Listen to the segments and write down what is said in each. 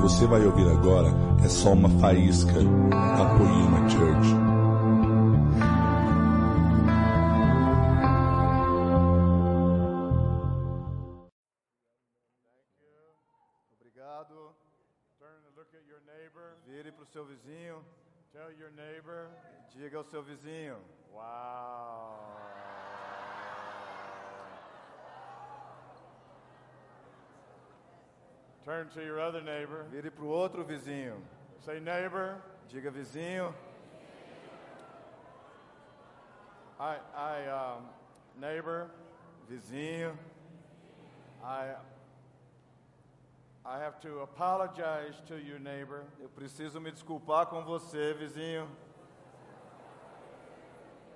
você vai ouvir agora é só uma faísca da Poema Church. Obrigado. Turn and look at your neighbor. Vire para o seu vizinho. Tell your neighbor, Diga ao seu vizinho. wow. Turn to your other neighbor. Vire para o outro vizinho. Say, neighbor, Diga vizinho. I, I, um, neighbor, Vizinho. I, I have to apologize to you, neighbor. Eu preciso me desculpar com você, vizinho.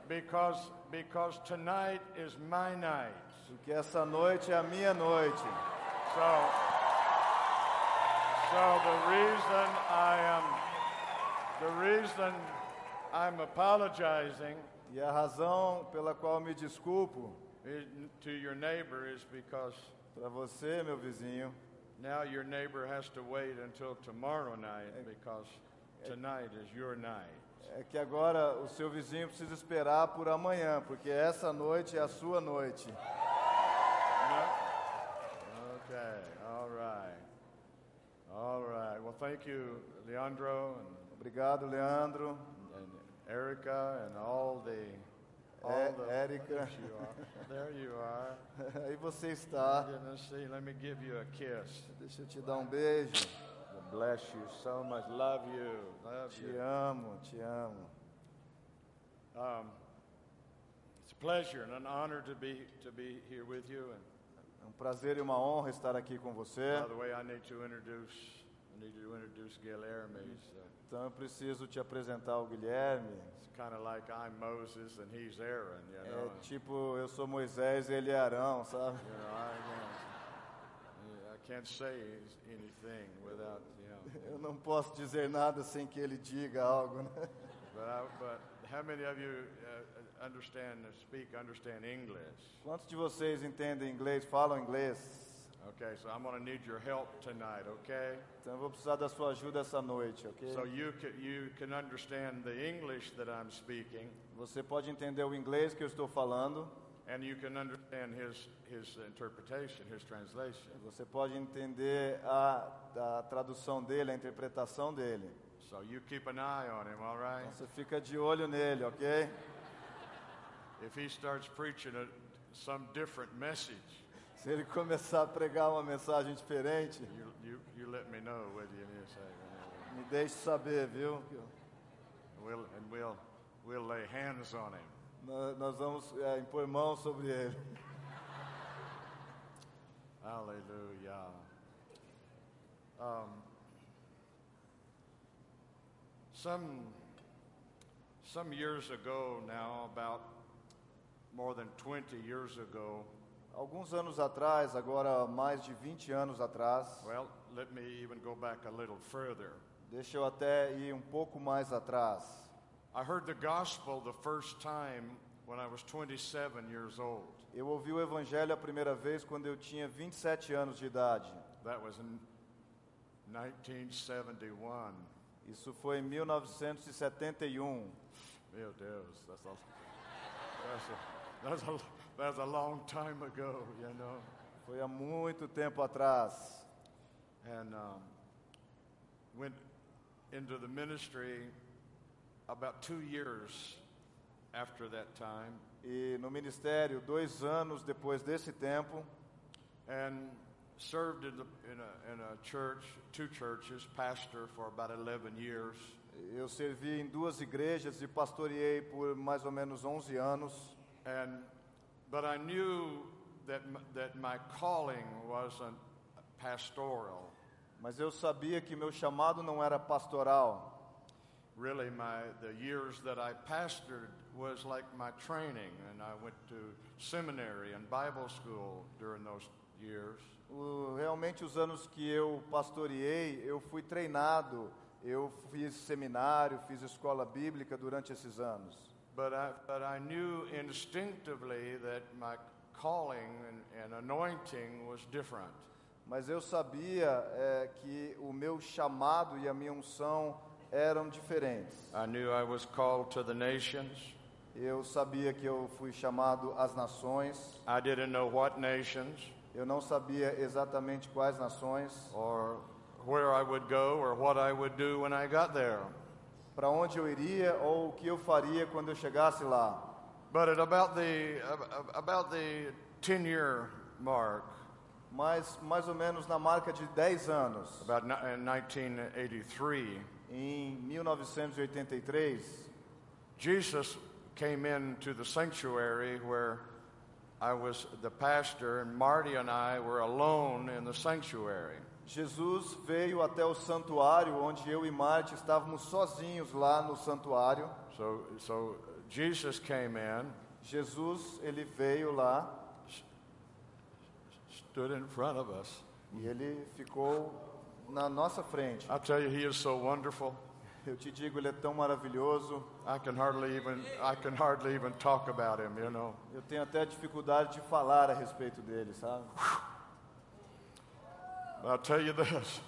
Because because tonight is my night. Porque essa noite é a minha noite. So so the reason I am the reason I'm apologizing E a razão pela qual me desculpo i- to your neighbor is because para você, meu vizinho, now your neighbor has to wait until tomorrow night because tonight is your night. é que agora o seu vizinho precisa esperar por amanhã, porque essa noite é a sua noite. No? Okay, all right. All right. Well, thank you, Leandro and, Obrigado, Leandro. and Erica and all the. All Eh, the Erica. There you are. There you are. Aí você I está. didn't see. Let me give you a kiss. Deixa eu te dar um beijo. Bless you so much. Love you. Love Te you. amo, te amo. Um, it's a pleasure and an honor to be to be here with you. And É um prazer e uma honra estar aqui com você. by the way, I need to introduce. I need to introduce Guilherme. He's, uh, Então eu preciso te apresentar o Guilherme. It's kind of like I'm Moses and he's Aaron, you know. É tipo, eu sou Moisés e ele é Arão, sabe? You know, I can't, I can't say anything without, you know. Eu não posso dizer nada sem que ele diga algo, né? But, I, but how many of you uh, understand, and speak, understand English? Quantos de vocês entendem inglês, falam inglês? Okay, so I'm going to need your help tonight, okay? Então eu vou precisar da sua ajuda essa noite, ok? So you can, you can understand the English that I'm speaking, Você pode entender o inglês que eu estou falando, and you can understand his, his interpretation, his translation. você pode entender a, a tradução dele, a interpretação dele. So you keep an eye on him, all right? Você fica de olho nele, ok? If he starts preaching a, some different message, Se ele começar a pregar uma mensagem diferente, You, you, you let me know whether you need to say it me deixe saber, viu? Que eu- or not. We'll, and we'll, we'll lay hands on him. nó- Nós vamos é, impor mão sobre ele. Hallelujah. Um, some, some years ago now, about more than 20 years ago, Alguns anos atrás, agora mais de 20 anos atrás, well, let me even go back a little further. deixa eu até ir um pouco mais atrás. I heard the gospel the first time when I was 27 years old. Eu ouvi o evangelho a primeira vez quando eu tinha 27 anos de idade. That was in 1971. Isso foi em 1971. Meu Deus, that's a, that's a, that's a, that's a long time ago, you know. Foi há muito tempo atrás. And um, went into the ministry about two years after that time. E no ministério, dois anos depois desse tempo, And served in, the, in, a, in a church, two churches, pastor for about 11 years. eu servi em duas igrejas e pastoreei por mais ou menos 11 anos. And, but I knew that, m- that my calling wasn't pastoral. Mas eu sabia que meu chamado não era pastoral. Really, my, the years that I pastored was like my training, and I went to seminary and Bible school during those years. O- realmente os anos que eu pastoreei, eu fui treinado, eu fiz seminário, fiz escola bíblica durante esses anos. But I, but I knew instinctively that my calling and, and anointing was different. mas eu sabia é, que o meu chamado e a minha unção eram diferentes. I knew I was called to the nations. Eu sabia que eu fui chamado às nações, I didn't know what nations eu não sabia exatamente quais nações, or where I would go or what I would do when I got there. para onde eu iria ou o que eu faria quando eu chegasse lá. But at about the ab- ab- about the 10 year mark, Mas mais ou menos na marca de 10 anos, about ni- in 1983, em 1983, Jesus came into the sanctuary where I was the pastor, and Marty and I were alone in the sanctuary. Jesus veio até o santuário onde eu e Marte estávamos sozinhos lá no santuário. So, so Jesus came in, Jesus, ele veio lá stood in front of us. e ele ficou na nossa frente. I tell you, he is so wonderful. Eu te digo, ele é tão maravilhoso. I can hardly even I can hardly even talk about him, you know. Eu tenho até dificuldade de falar a respeito dele, sabe? But I'll tell you this: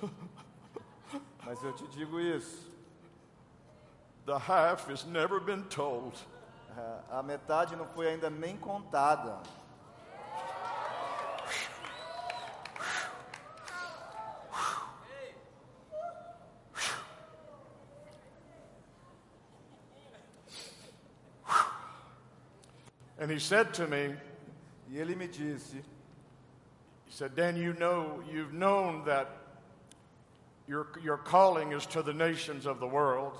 Mas eu te digo isso. the half has never been told. é, A metade não foi ainda nem contada. And he said to me, E ele me disse: he said, Dan, you know, you've known that your your calling is to the nations of the world,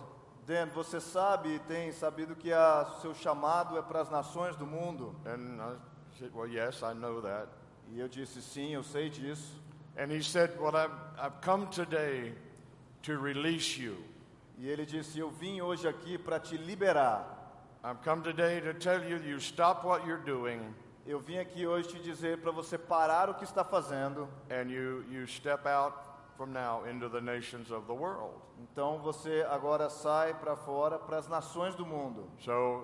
Dan, você sabe e tem sabido que a seu chamado é para as nações do mundo? and I said, well, yes, I know that. E eu disse: sim, eu sei disso. And he said, well, I've I've come today to release you. E ele disse: eu vim hoje aqui para te liberar. I've come today to tell you, you stop what you're doing Eu vim aqui hoje te dizer para você parar o que está fazendo. and you you step out from now into the nations of the world. Então você agora sai para fora, para as nações do mundo. So,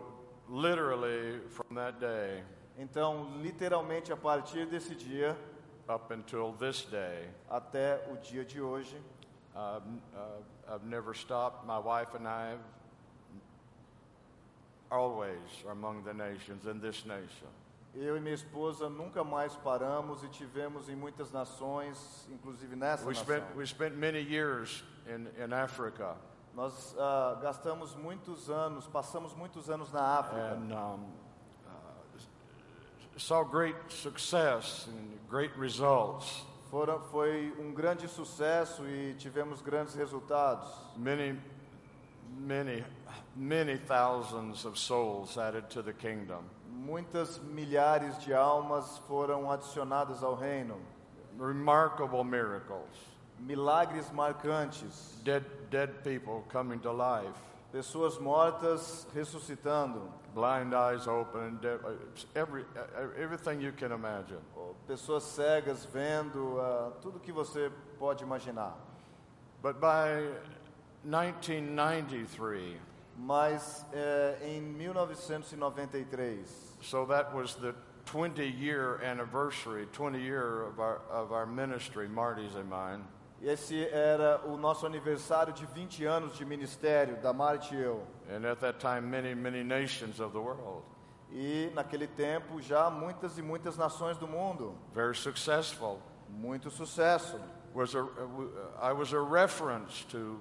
literally, from that day Então, literalmente a partir desse dia up until this day, até o dia de hoje, uh, uh, I've never stopped. My wife and I always are among the nations in this nation. eu e minha esposa nunca mais paramos e tivemos em muitas nações, inclusive nessa We nação. spent, we spent many years in, in Africa, Nós ah, gastamos muitos anos, passamos muitos anos na África. and um, uh, saw great success and great results. Fora- foi um grande sucesso e tivemos grandes resultados. Many, many, many thousands of souls added to the kingdom. Muitas milhares de almas foram adicionadas ao reino. remarkable miracles, Milagres marcantes. dead, dead people coming to life, Pessoas mortas ressuscitando. blind eyes open, de- uh, every, uh, everything you can imagine. Pessoas cegas vendo. ah, tudo que você pode imaginar. But by 1993, Mas eh, em 1993, so that was the 20 year anniversary, 20 year of our, of our ministry, Marty's and mine. esse era o nosso aniversário de 20 anos de ministério da Marte e eu. And at that time, many, many nations of the world. E naquele tempo já muitas e muitas nações do mundo. Very successful. Muito sucesso. Was a, uh, w- uh, I was a reference to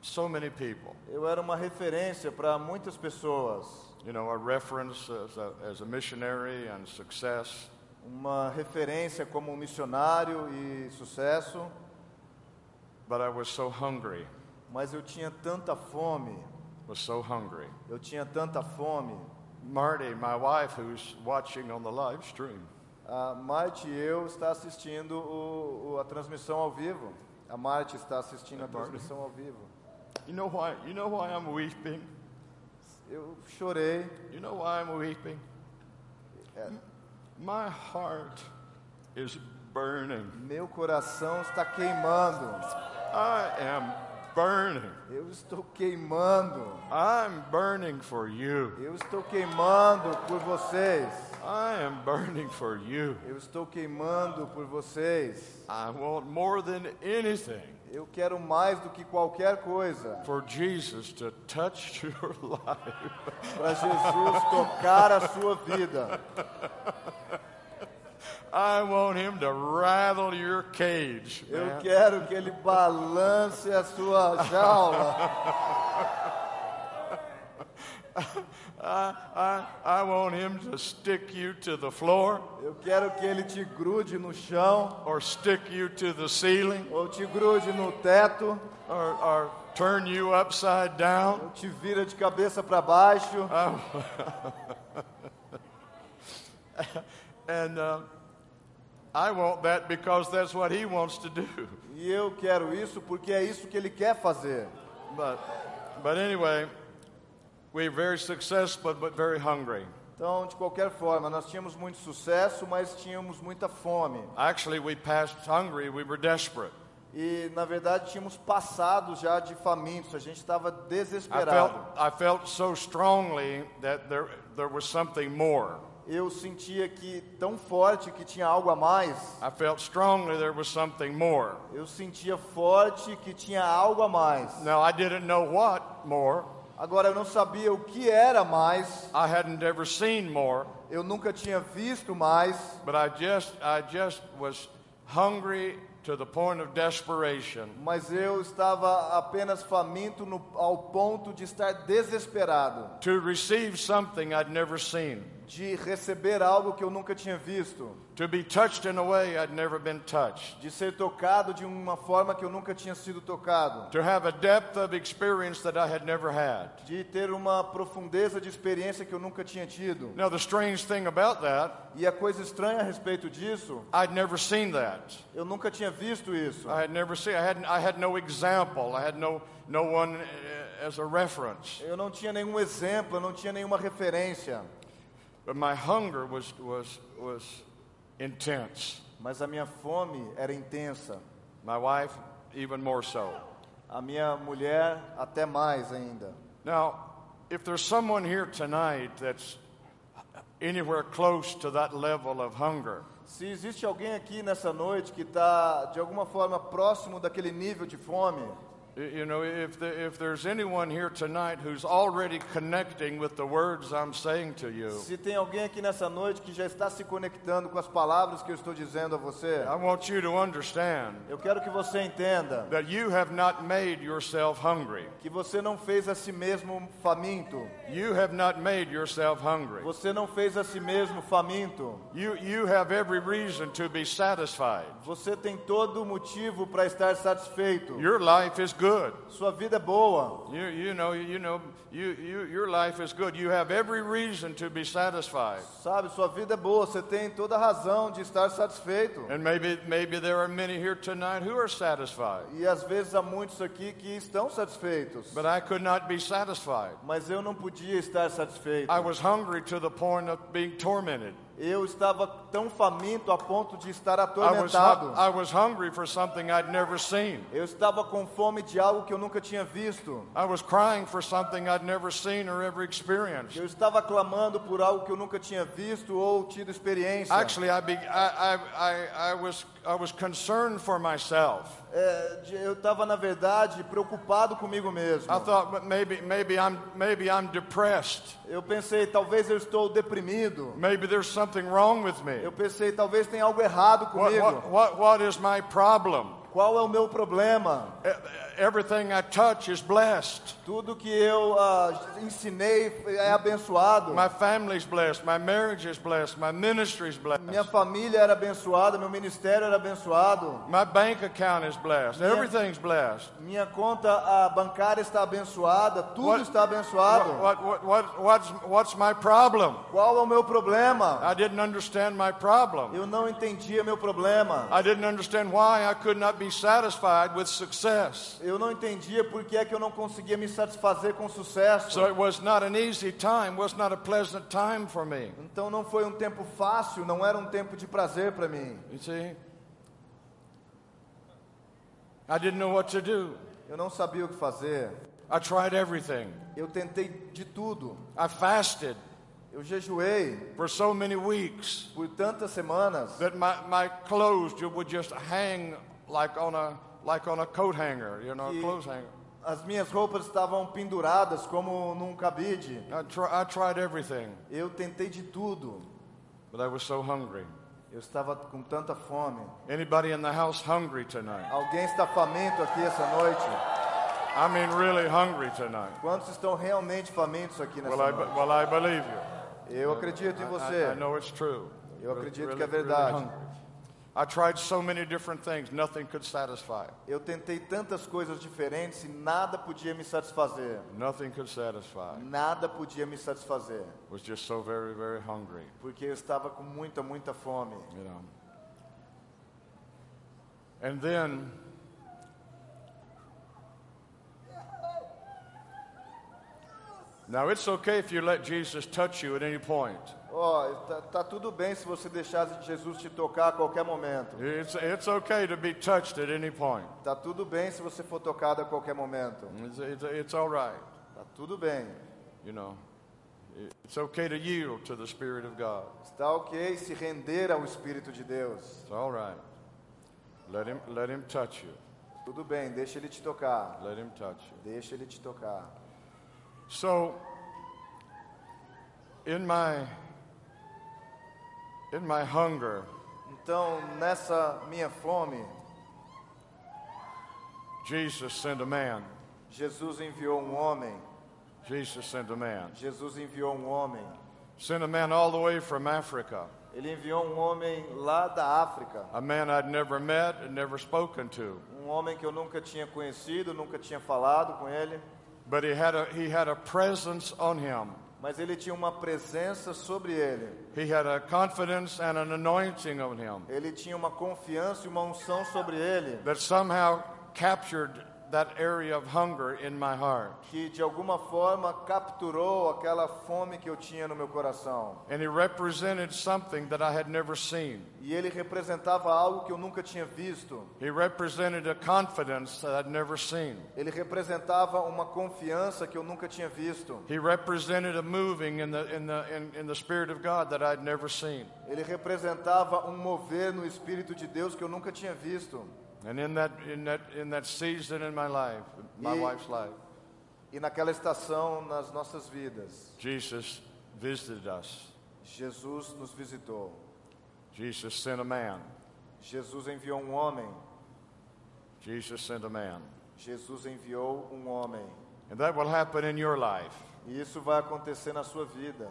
so many people. Eu era uma referência para muitas pessoas, you know, a reference as a, as a missionary and success. uma referência como um missionário e sucesso, But I was so hungry, mas eu tinha tanta fome, was so hungry. eu tinha tanta fome. Marty, my wife, who's watching on the live stream, A Marte e eu está assistindo o, o- a transmissão ao vivo. A Marte está assistindo a transmissão ao vivo. you know why? You know why I'm weeping? Eu chorei. é, You know why I'm weeping? My heart is burning. Meu coração está queimando. I am burning. Eu estou queimando. I'm burning for you. Eu estou queimando por vocês. I am burning for you. Eu estou queimando por vocês. I want more than anything Eu quero mais do que qualquer coisa for Jesus to touch your life. para Jesus tocar a sua vida. I want him to rattle your cage. Eu man. quero que ele balance a sua jaula. I, I, I want him to stick you to the floor Eu quero que ele te grude no chão or stick you to the ceiling ou te grude no teto. or, or turn you upside down. ou Te vira de cabeça para baixo. And uh, I want that because that's what he wants to do. E eu quero isso porque é isso que ele quer fazer. But, but anyway, we're very successful but very hungry. Então, de qualquer forma, nós tínhamos muito sucesso, mas tínhamos muita fome. Actually, we passed hungry, we were desperate. E, na verdade, tínhamos passado já de famintos. A gente estava I felt, desesperado. I felt so strongly that there, there was something more. Eu sentia que tão forte que tinha algo a mais. I felt strongly there was something more. Eu sentia forte que tinha algo a mais. Now, I didn't know what more. Agora, eu não sabia o que era mais. I hadn't ever seen more, Eu nunca tinha visto mais. but I just, I just was hungry to the point of desperation. Mas eu estava apenas faminto no, ao ponto de estar desesperado. to receive something I'd never seen, de receber algo que eu nunca tinha visto, to be touched in a way I'd never been touched, de ser tocado de uma forma que eu nunca tinha sido tocado, to have a depth of experience that I had never had. de ter uma profundeza de experiência que eu nunca tinha tido. Now, the strange thing about that, E a coisa estranha a respeito disso, I'd never seen that. eu nunca tinha visto isso. I had never seen. I had. I had no example. I had no no one uh, as a reference. Eu não tinha nenhum exemplo, eu não tinha nenhuma referência, But my hunger was was was intense. mas a minha fome era intensa. My wife, even more so. A minha mulher até mais ainda. Now, if there's someone here tonight that's anywhere close to that level of hunger, Se existe alguém aqui nessa noite que está de alguma forma próximo daquele nível de fome, Y- You know, if, the, if there's anyone here tonight who's already connecting with the words I'm saying to you, Se tem alguém aqui nessa noite que já está se conectando com as palavras que eu estou dizendo a você, I want you to understand eu quero que você entenda that you have not made yourself hungry. que você não fez a si mesmo faminto. You have not made yourself hungry. Você não fez a si mesmo faminto. You, you have every reason to be satisfied. Você tem todo o motivo para estar satisfeito. Your life is good. Sua vida é boa. You, you know, you know you, you, your life is good. You have every reason to be satisfied. Sabe, sua vida é boa, você tem toda a razão de estar satisfeito. And maybe, maybe there are many here tonight who are satisfied, E às vezes há muitos aqui que estão satisfeitos. but I could not be satisfied. Mas eu não podia estar satisfeito. I was hungry to the point of being tormented. Eu estava tão faminto a ponto de estar I was, hu- atormentado. I was hungry for something I'd never seen. Eu estava com fome de algo que eu nunca tinha visto. I was crying for something I'd never seen or ever experienced. Eu estava clamando por algo que eu nunca tinha visto ou tido experiência. Actually, I, be, I, I, I, I, was, I was concerned for myself. É, de- eu estava, na verdade, preocupado comigo mesmo. I thought "But maybe, maybe, I'm, maybe I'm depressed. Eu pensei, talvez eu estou deprimido. Maybe there's something wrong with me. Eu pensei, talvez tem algo errado What, comigo. what, what, what is my problem? Qual é o meu problema? E- Everything I touch is blessed. Tudo que eu ah, ensinei é abençoado. My family's blessed. My marriage is blessed. My ministry is blessed. Minha família era abençoada, meu ministério era abençoado. My bank account is blessed. Everything's blessed. Minha conta ah, bancária está abençoada, tudo What- está abençoado. What, what, what, what's, what's my problem? Qual é o meu problema? I didn't understand my problem. Eu não entendia meu problema. I didn't understand why I could not be satisfied with success. Eu não entendia por que é que eu não conseguia me satisfazer com o sucesso. So it was not an easy time, was not a pleasant time for me. Então não foi um tempo fácil, não era um tempo de prazer para mim. You see? I didn't know what to do. Eu não sabia o que fazer. I tried everything. Eu tentei de tudo. I fasted Eu jejuei for so many weeks por tantas semanas that my, my clothes ju- would just hang like on a like on a coat hanger, you know, a que clothes hanger. as minhas roupas estavam penduradas como num cabide. I, try, I tried everything, Eu tentei de tudo. but I was so hungry. Eu estava com tanta fome. Anybody in the house hungry tonight? Alguém está faminto aqui essa noite? I mean, really hungry tonight. Quantos estão realmente famintos aqui nessa Well, I, noite? be- well, I believe you. Eu acredito em I, I- I você. know it's true. Eu Re- acredito really- que é really verdade. hungry. I tried so many different things, nothing could satisfy. Eu tentei tantas coisas diferentes e nada podia me satisfazer. Nothing could satisfy. Nada podia me satisfazer. Was just so very, very hungry, Porque eu estava com muita, muita fome. you know. And then Now it's okay if you let Jesus touch you at any point. Ó, tá, tá tudo bem se você deixasse Jesus te tocar a qualquer momento. It's, it's okay to be touched at any point. Tá tudo bem se você for tocado a qualquer momento. It's, it's, it's all right, Tá tudo bem. you know. It's okay to yield to the Spirit of God. Está ok se render ao Espírito de Deus. It's all right. Let him, let him touch you. Tudo bem, deixa ele te tocar. Let him touch you. Deixa ele te tocar. So, in my in my hunger, Então, nessa minha fome, Jesus sent a man. Jesus enviou um homem. Jesus sent a man. Jesus enviou um homem. Sent a man all the way from Africa. Ele enviou um homem lá da África. A man I'd never met and never spoken to. Um homem que eu nunca tinha conhecido, nunca tinha falado com ele. But he had a he had a presence on him. Mas ele tinha uma presença sobre ele. He had a confidence and an anointing on him Ele tinha uma confiança e uma unção sobre ele. that somehow captured that area of hunger in my heart. que de alguma forma capturou aquela fome que eu tinha no meu coração. And he represented something that I had never seen. E ele representava algo que eu nunca tinha visto. He represented a confidence that I'd never seen. Ele representava uma confiança que eu nunca tinha visto. He represented a moving in the, in the, in, in the Spirit of God that I'd never seen. Ele representava um mover no Espírito de Deus que eu nunca tinha visto. And in that, in that, in that season in my life, my Ye- wife's life, E naquela estação nas nossas vidas, Jesus visited us. Jesus nos visitou. Jesus sent a man. Jesus enviou um homem. Jesus sent a man. Jesus enviou um homem. And that will happen in your life. E isso vai acontecer na sua vida.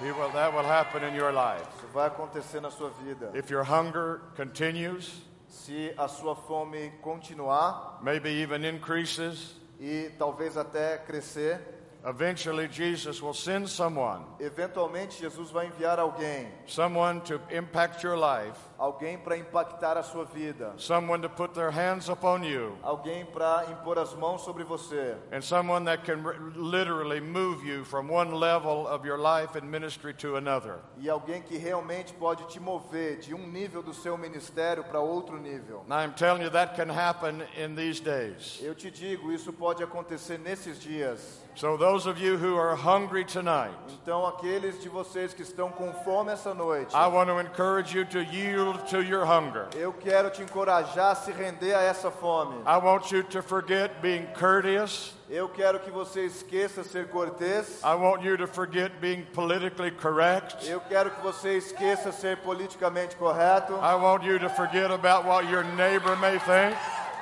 He will, that will happen in your life. Isso vai acontecer na sua vida. If your hunger continues, Se a sua fome continuar, maybe even increases, e talvez até crescer. eventually Jesus will send someone, Eventualmente, Jesus vai enviar alguém, someone to impact your life alguém para impactar a sua vida, someone to put their hands upon you, alguém para impor as mãos sobre você, and someone that can r literally move you from one level of your life and ministry to another. e alguém que realmente pode te mover de um nível do seu ministério para outro nível. And I'm telling you, that can happen in these days. Eu te digo, isso pode acontecer nesses dias. So, those of you who are hungry tonight, Então, aqueles de vocês que estão com fome essa noite, I want to encourage you to yield to your hunger. eu quero te encorajar a se render a essa fome. I want you to forget being courteous. Eu quero que você esqueça ser cortês. I want you to forget being politically correct. Eu quero que você esqueça ser politicamente correto. I want you to forget about what your neighbor may think.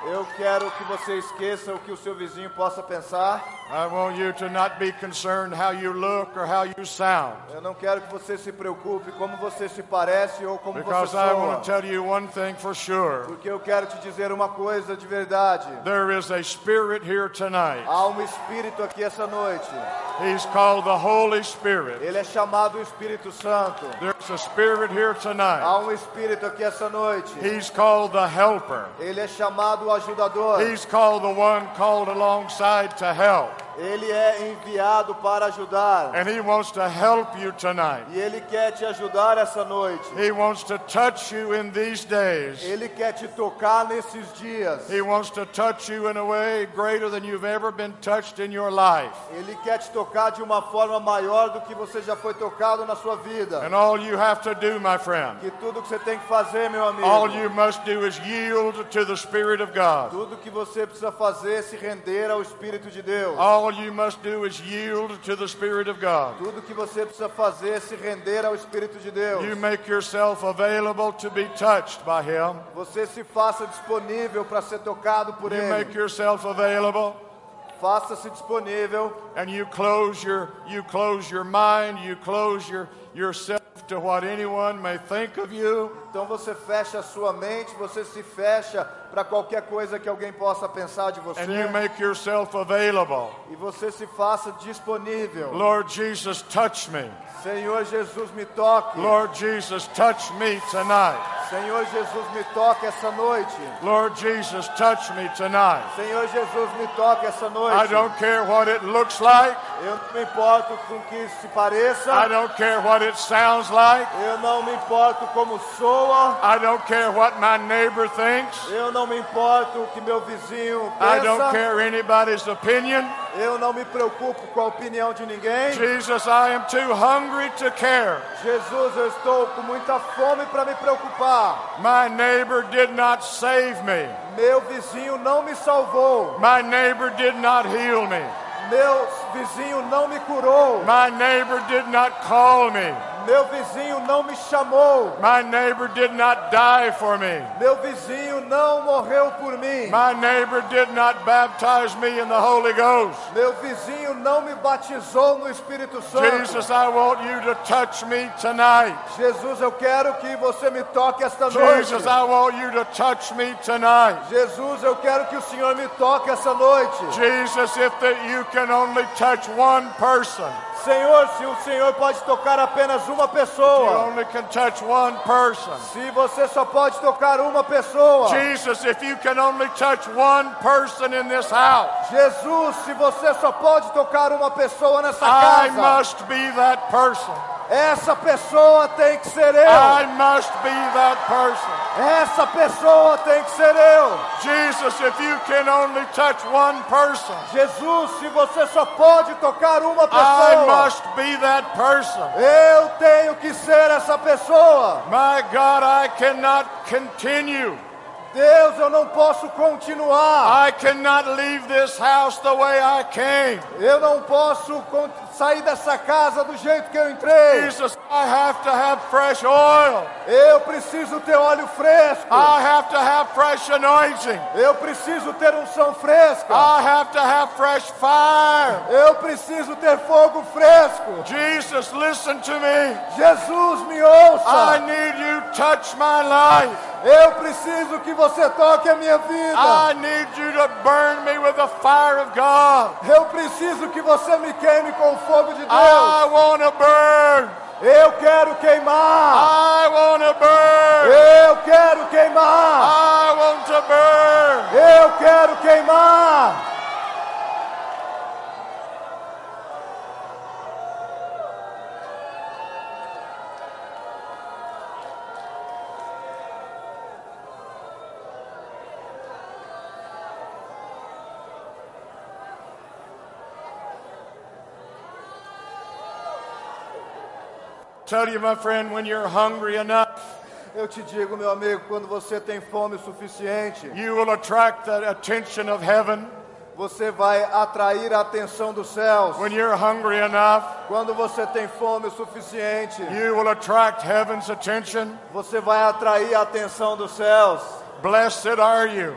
Eu quero que você esqueça o que o seu vizinho possa pensar. I want you to not be concerned how you look or how you sound. Eu não quero que você se preocupe como você se parece ou como Because você I want to soa. tell you one thing for sure. Porque eu quero te dizer uma coisa de verdade. There is a spirit here tonight. Há um espírito aqui essa noite. He's called the Holy Spirit. Ele é chamado o Espírito Santo. There's a spirit here tonight. Há um espírito aqui essa noite. He's called the Helper. Ele é chamado o ajudador. He's called the one called alongside to help. Ele é enviado para ajudar. And He wants to help you tonight. E Ele quer te ajudar essa noite. He wants to touch you in these days. Ele quer te tocar nesses dias. He wants to touch you in a way greater than you've ever been touched in your life. Ele quer te tocar de uma forma maior do que você já foi tocado na sua vida. And all you have to do, my friend, Que tudo que você tem que fazer, meu amigo, all you must do is yield to the Spirit of God. tudo que você precisa fazer é se render ao Espírito de Deus. All you must do is yield to the Spirit of God. Tudo que você precisa fazer é se render ao Espírito de Deus. You make yourself available to be touched by Him. Você se faça disponível para ser tocado por You make Ele. yourself available Faça-se disponível and you close your you close your mind, you close your yourself to what anyone may think of you. Então você fecha a sua mente, você se fecha para qualquer coisa que alguém possa pensar de você. and you make yourself available. E você se faça disponível. Lord Jesus, touch me. Senhor Jesus, me toque. Lord Jesus, touch me tonight. Senhor Jesus, me toque essa noite. Lord Jesus, touch me tonight. Senhor Jesus, me toque essa I noite. don't care what it looks like. Eu não me importo com que se I pareça. don't care what it sounds like. Eu não me importo como soa. I don't care what my neighbor thinks. Eu não me importo o que meu vizinho I don't pensa. care anybody's opinion. Eu não me preocupo com a opinião de ninguém. Jesus, I am too hungry to care. Jesus, eu estou com muita fome para me preocupar. My neighbor did not save me. Meu vizinho não me salvou. My neighbor did not heal me. Meu vizinho não me curou. My neighbor did not call me. Meu vizinho não me chamou. My neighbor did not die for me. Meu vizinho não morreu por mim. My neighbor did not baptize me in the Holy Ghost. Meu vizinho não me batizou no Espírito Santo. Jesus, I want you to touch me tonight. Jesus, eu quero que você me toque esta noite. Jesus, I want you to touch me tonight. Jesus, eu quero que o Senhor me toque essa noite. Jesus, if that you can only touch one person, Senhor, se o Senhor pode tocar apenas uma you pessoa, only can touch one person. se você só pode tocar uma pessoa, Jesus, if you can only touch one person in this house, Jesus, se você só pode tocar uma pessoa nessa I casa, must be that person. essa pessoa tem que ser eu. I must be that person. Essa pessoa tem que ser eu. Jesus, if you can only touch one person, Jesus, se você só pode tocar uma I pessoa, must be that person. eu tenho que ser essa pessoa. My God, I cannot continue. Deus, eu não posso continuar. I cannot leave this house the way I came. Eu não posso con- sair dessa casa do jeito que eu entrei. Jesus, I have to have fresh oil. Eu preciso ter óleo fresco. I have to have fresh anointing. Eu preciso ter unção fresca. I have to have fresh fire. Eu preciso ter fogo fresco. Jesus, listen to me. Jesus, me I ouça. need you touch my life. Eu preciso que você toque a minha vida. I need you to burn me with the fire of God. Eu preciso que você me queime com o fogo de Deus. I want to burn. Eu quero queimar. I want to burn. Eu quero queimar. I want to burn. Eu quero queimar. Tell you, my friend, when you're hungry enough, Eu te digo, meu amigo, quando você tem fome o suficiente, you will attract the attention of heaven. Você vai atrair a atenção dos céus. When you're hungry enough, Quando você tem fome o suficiente, you will attract heaven's attention. você vai atrair a atenção dos céus. Blessed are you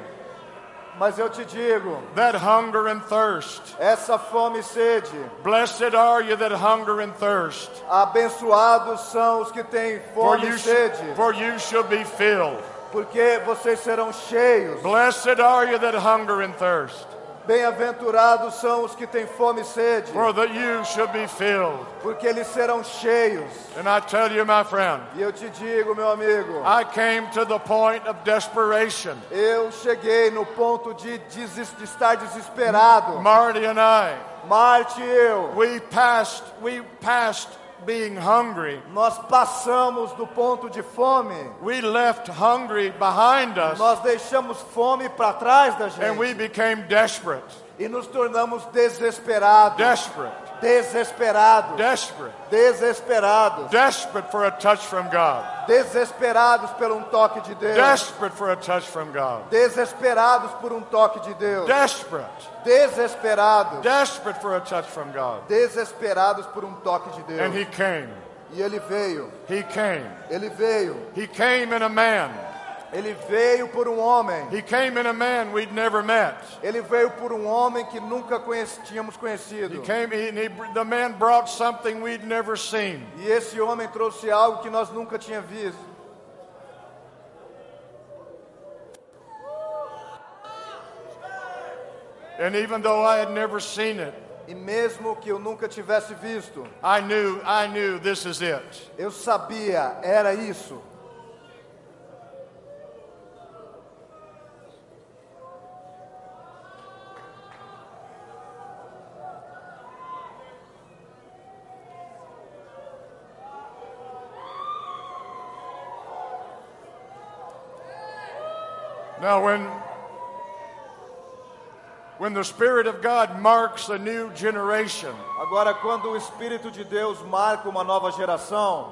Mas eu te digo, that hunger and thirst. essa fome e sede, Blessed are you that hunger and thirst, abençoados são os que têm for fome you, e sh- sede, for you shall be filled. porque vocês serão cheios. Blessed are you that hunger and thirst. Bem-aventurados são os que têm fome e sede, for that you should be filled. porque eles serão cheios. And I tell you, my friend, E eu te digo, meu amigo, I came to the point of desperation. eu cheguei no ponto de, deses- de estar desesperado. Marty and I, Marte e eu, we passed, we passed being hungry. nós passamos do ponto de fome. We left hungry behind us Nós deixamos fome para trás da and gente we became desperate, e nos tornamos desesperados, desperate, desesperados, desperate, desesperados, desperate for a touch from God, desesperados por um toque de Deus, desperate for a touch from God, desesperados por um toque de Deus, desperate, desesperados, desperate for a touch from God. desesperados por um toque de And he Deus. came, E ele veio, he came, ele veio, he came in a man, ele veio por um homem. he came in a man we'd never met. Ele veio por um homem que nunca conhece- tínhamos He conhecido. came, he, and he, the man brought something we'd never seen. E esse homem trouxe algo que nós nunca tínhamos visto. And even though I had never seen it, E mesmo que eu nunca tivesse visto, I knew, I knew this is it. eu sabia, era isso. Now, when, when the Spirit of God marks a new generation, Agora, quando o Espírito de Deus marca uma nova geração,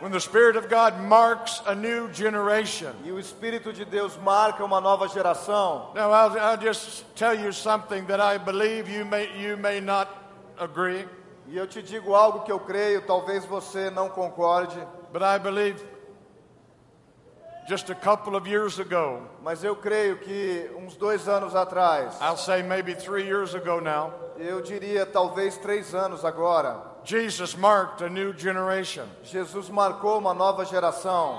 when the Spirit of God marks a new generation, e o Espírito de Deus marca uma nova geração, now I'll, I'll just tell you something that I believe you may, you may not agree, e eu te digo algo que eu creio, talvez você não concorde, but I believe just a couple of years ago, mas eu creio que uns dois anos atrás, I'll say maybe three years ago now, eu diria talvez três anos agora, Jesus marked a new generation. Jesus marcou uma nova geração.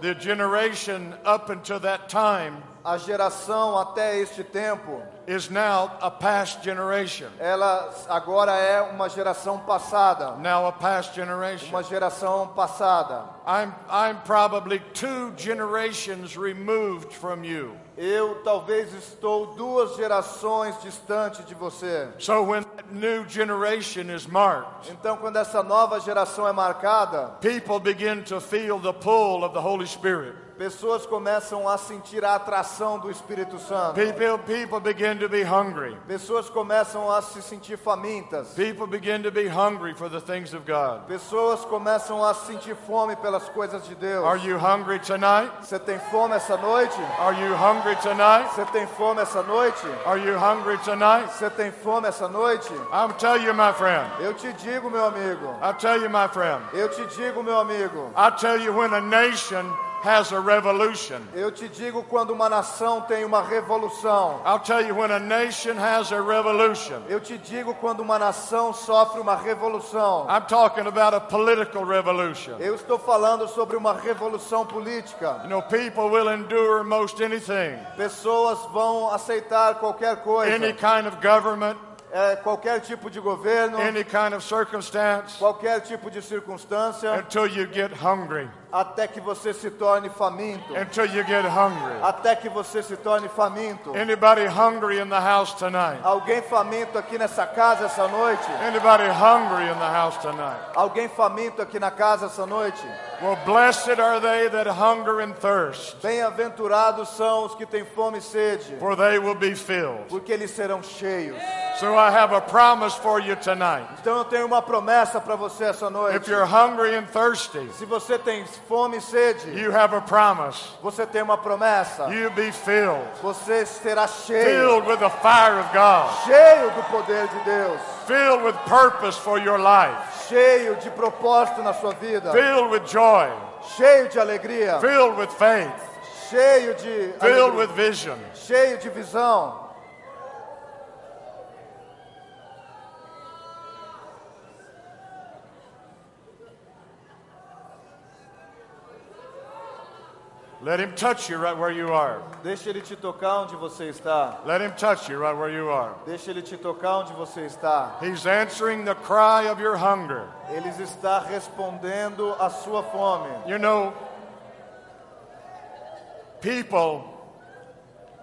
The generation up until that time A geração até este tempo, is now a past generation. ela agora é uma geração passada. Now a past generation. uma geração passada. I'm, I'm probably two generations removed from you. Eu talvez estou duas gerações distante de você. So when that new generation is marked, Então, quando essa nova geração é marcada, people begin to feel the pull of the Holy Spirit. pessoas começam a sentir a atração do Espírito Santo. People, people begin to be hungry. Pessoas começam a se sentir famintas. People begin to be hungry for the things of God. Pessoas começam a sentir fome pelas coisas de Deus. Are you hungry tonight? Você tem fome essa noite? Are you hungry tonight? Você tem fome essa noite? Are you hungry tonight? Você tem fome essa noite? I'll tell you, my friend. Eu te digo, meu amigo. I'll tell you, my friend. Eu te digo, meu amigo. I'll tell you when a nation has a revolution. Eu te digo quando uma nação tem uma revolução. I'll tell you when a nation has a revolution. Eu te digo quando uma nação sofre uma revolução. I'm talking about a political revolution. Eu estou falando sobre uma revolução política. You know, people will endure most anything, Pessoas vão aceitar qualquer coisa, any kind of government, é, qualquer tipo de governo, any kind of circumstance, qualquer tipo de circunstância, until you get hungry. até que você se torne faminto. Until you get hungry. Até que você se torne faminto. Anybody hungry in the house tonight? Alguém faminto aqui nessa casa essa noite? Anybody hungry in the house tonight? Alguém faminto aqui na casa essa noite? Well, blessed are they that hunger and thirst, Bem-aventurados são os que têm fome e sede. for they will be filled. porque eles serão cheios. So I have a promise for you tonight. Então eu tenho uma promessa para você essa If noite. you're hungry and thirsty, Se você tem fome e sede, you have a promise. você tem uma promessa. You be filled, Você será cheio, filled with the fire of God, cheio do poder de Deus, filled with purpose for your life, cheio de propósito na sua vida, filled with joy, cheio de alegria, filled with faith, cheio de filled alegria, with vision. cheio de visão. Let him touch you right where you are. Deixa ele te tocar onde você está. Let him touch you right where you are. Deixa ele te tocar onde você está. He's answering the cry of your hunger. Ele está respondendo à sua fome. You know, people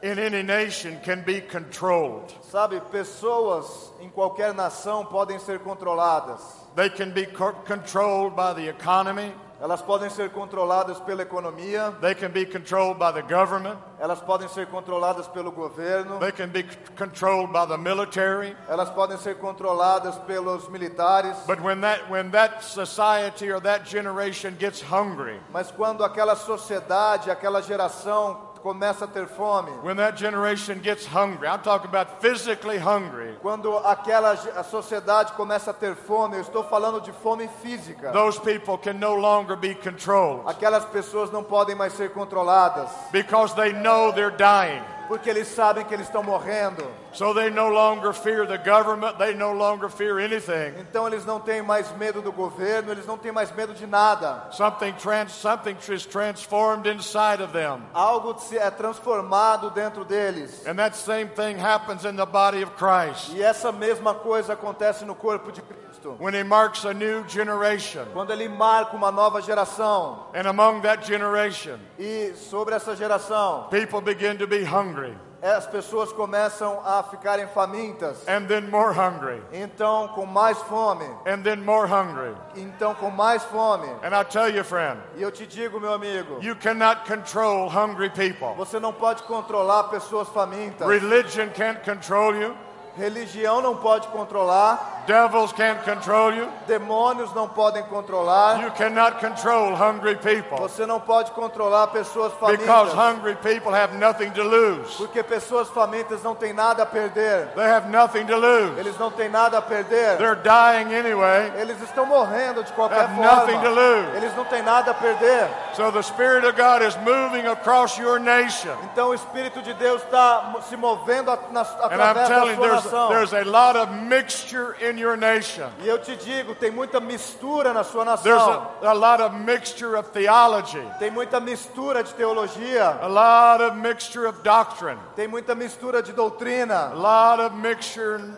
in any nation can be controlled. Sabe, pessoas em qualquer nação podem ser controladas. They can be co- controlled by the economy. Elas podem ser controladas pela economia, They can be controlled by the government. elas podem ser controladas pelo governo, They can be c- controlled by the military. elas podem ser controladas pelos militares. But when that, when that society or that generation gets hungry, Mas quando aquela sociedade, aquela geração começa a ter fome, when that generation gets hungry, I'm talking about physically hungry, quando aquela ge- a sociedade começa a ter fome, eu estou falando de fome física. those people can no longer be controlled Aquelas pessoas não podem mais ser controladas, because they know they're dying. porque eles sabem que eles estão morrendo. So they no longer fear the government, they no longer fear anything. Então eles não têm mais medo do governo, eles não têm mais medo de nada. Something, trans, something is transformed inside of them. Algo se é transformado dentro deles. And that same thing happens in the body of Christ E essa mesma coisa acontece no corpo de Cristo. when He marks a new generation. Quando ele marca uma nova geração, And among that generation, e sobre essa geração, people begin to be hungry. é, as pessoas começam a ficarem famintas. and then more hungry, Então, com mais fome. and then more hungry. Então, com mais fome. And I tell you, friend, E eu te digo, meu amigo, you cannot control hungry people. você não pode controlar pessoas famintas. Religion can't control you, Religião não pode controlar. devils can't control you. Demônios não podem controlar. You cannot control hungry people Você não pode controlar pessoas famintas, because hungry people have nothing to lose. porque pessoas famintas não têm nada a perder. They have nothing to lose. Eles não têm nada a perder. They're dying anyway. Eles estão morrendo de qualquer Have nothing to forma. lose. Eles não têm nada a perder. So the Spirit of God is moving across your nation. Então o Espírito de Deus está mo- se movendo at- na- And I'm através da telling you, sua there's, nação. there's a lot of mixture in your nation. E eu te digo, tem muita mistura na sua There's a, nação. a lot of mixture of theology. Tem muita mistura de teologia. A lot of mixture of doctrine, Tem muita mistura de a doutrina. lot of mixture in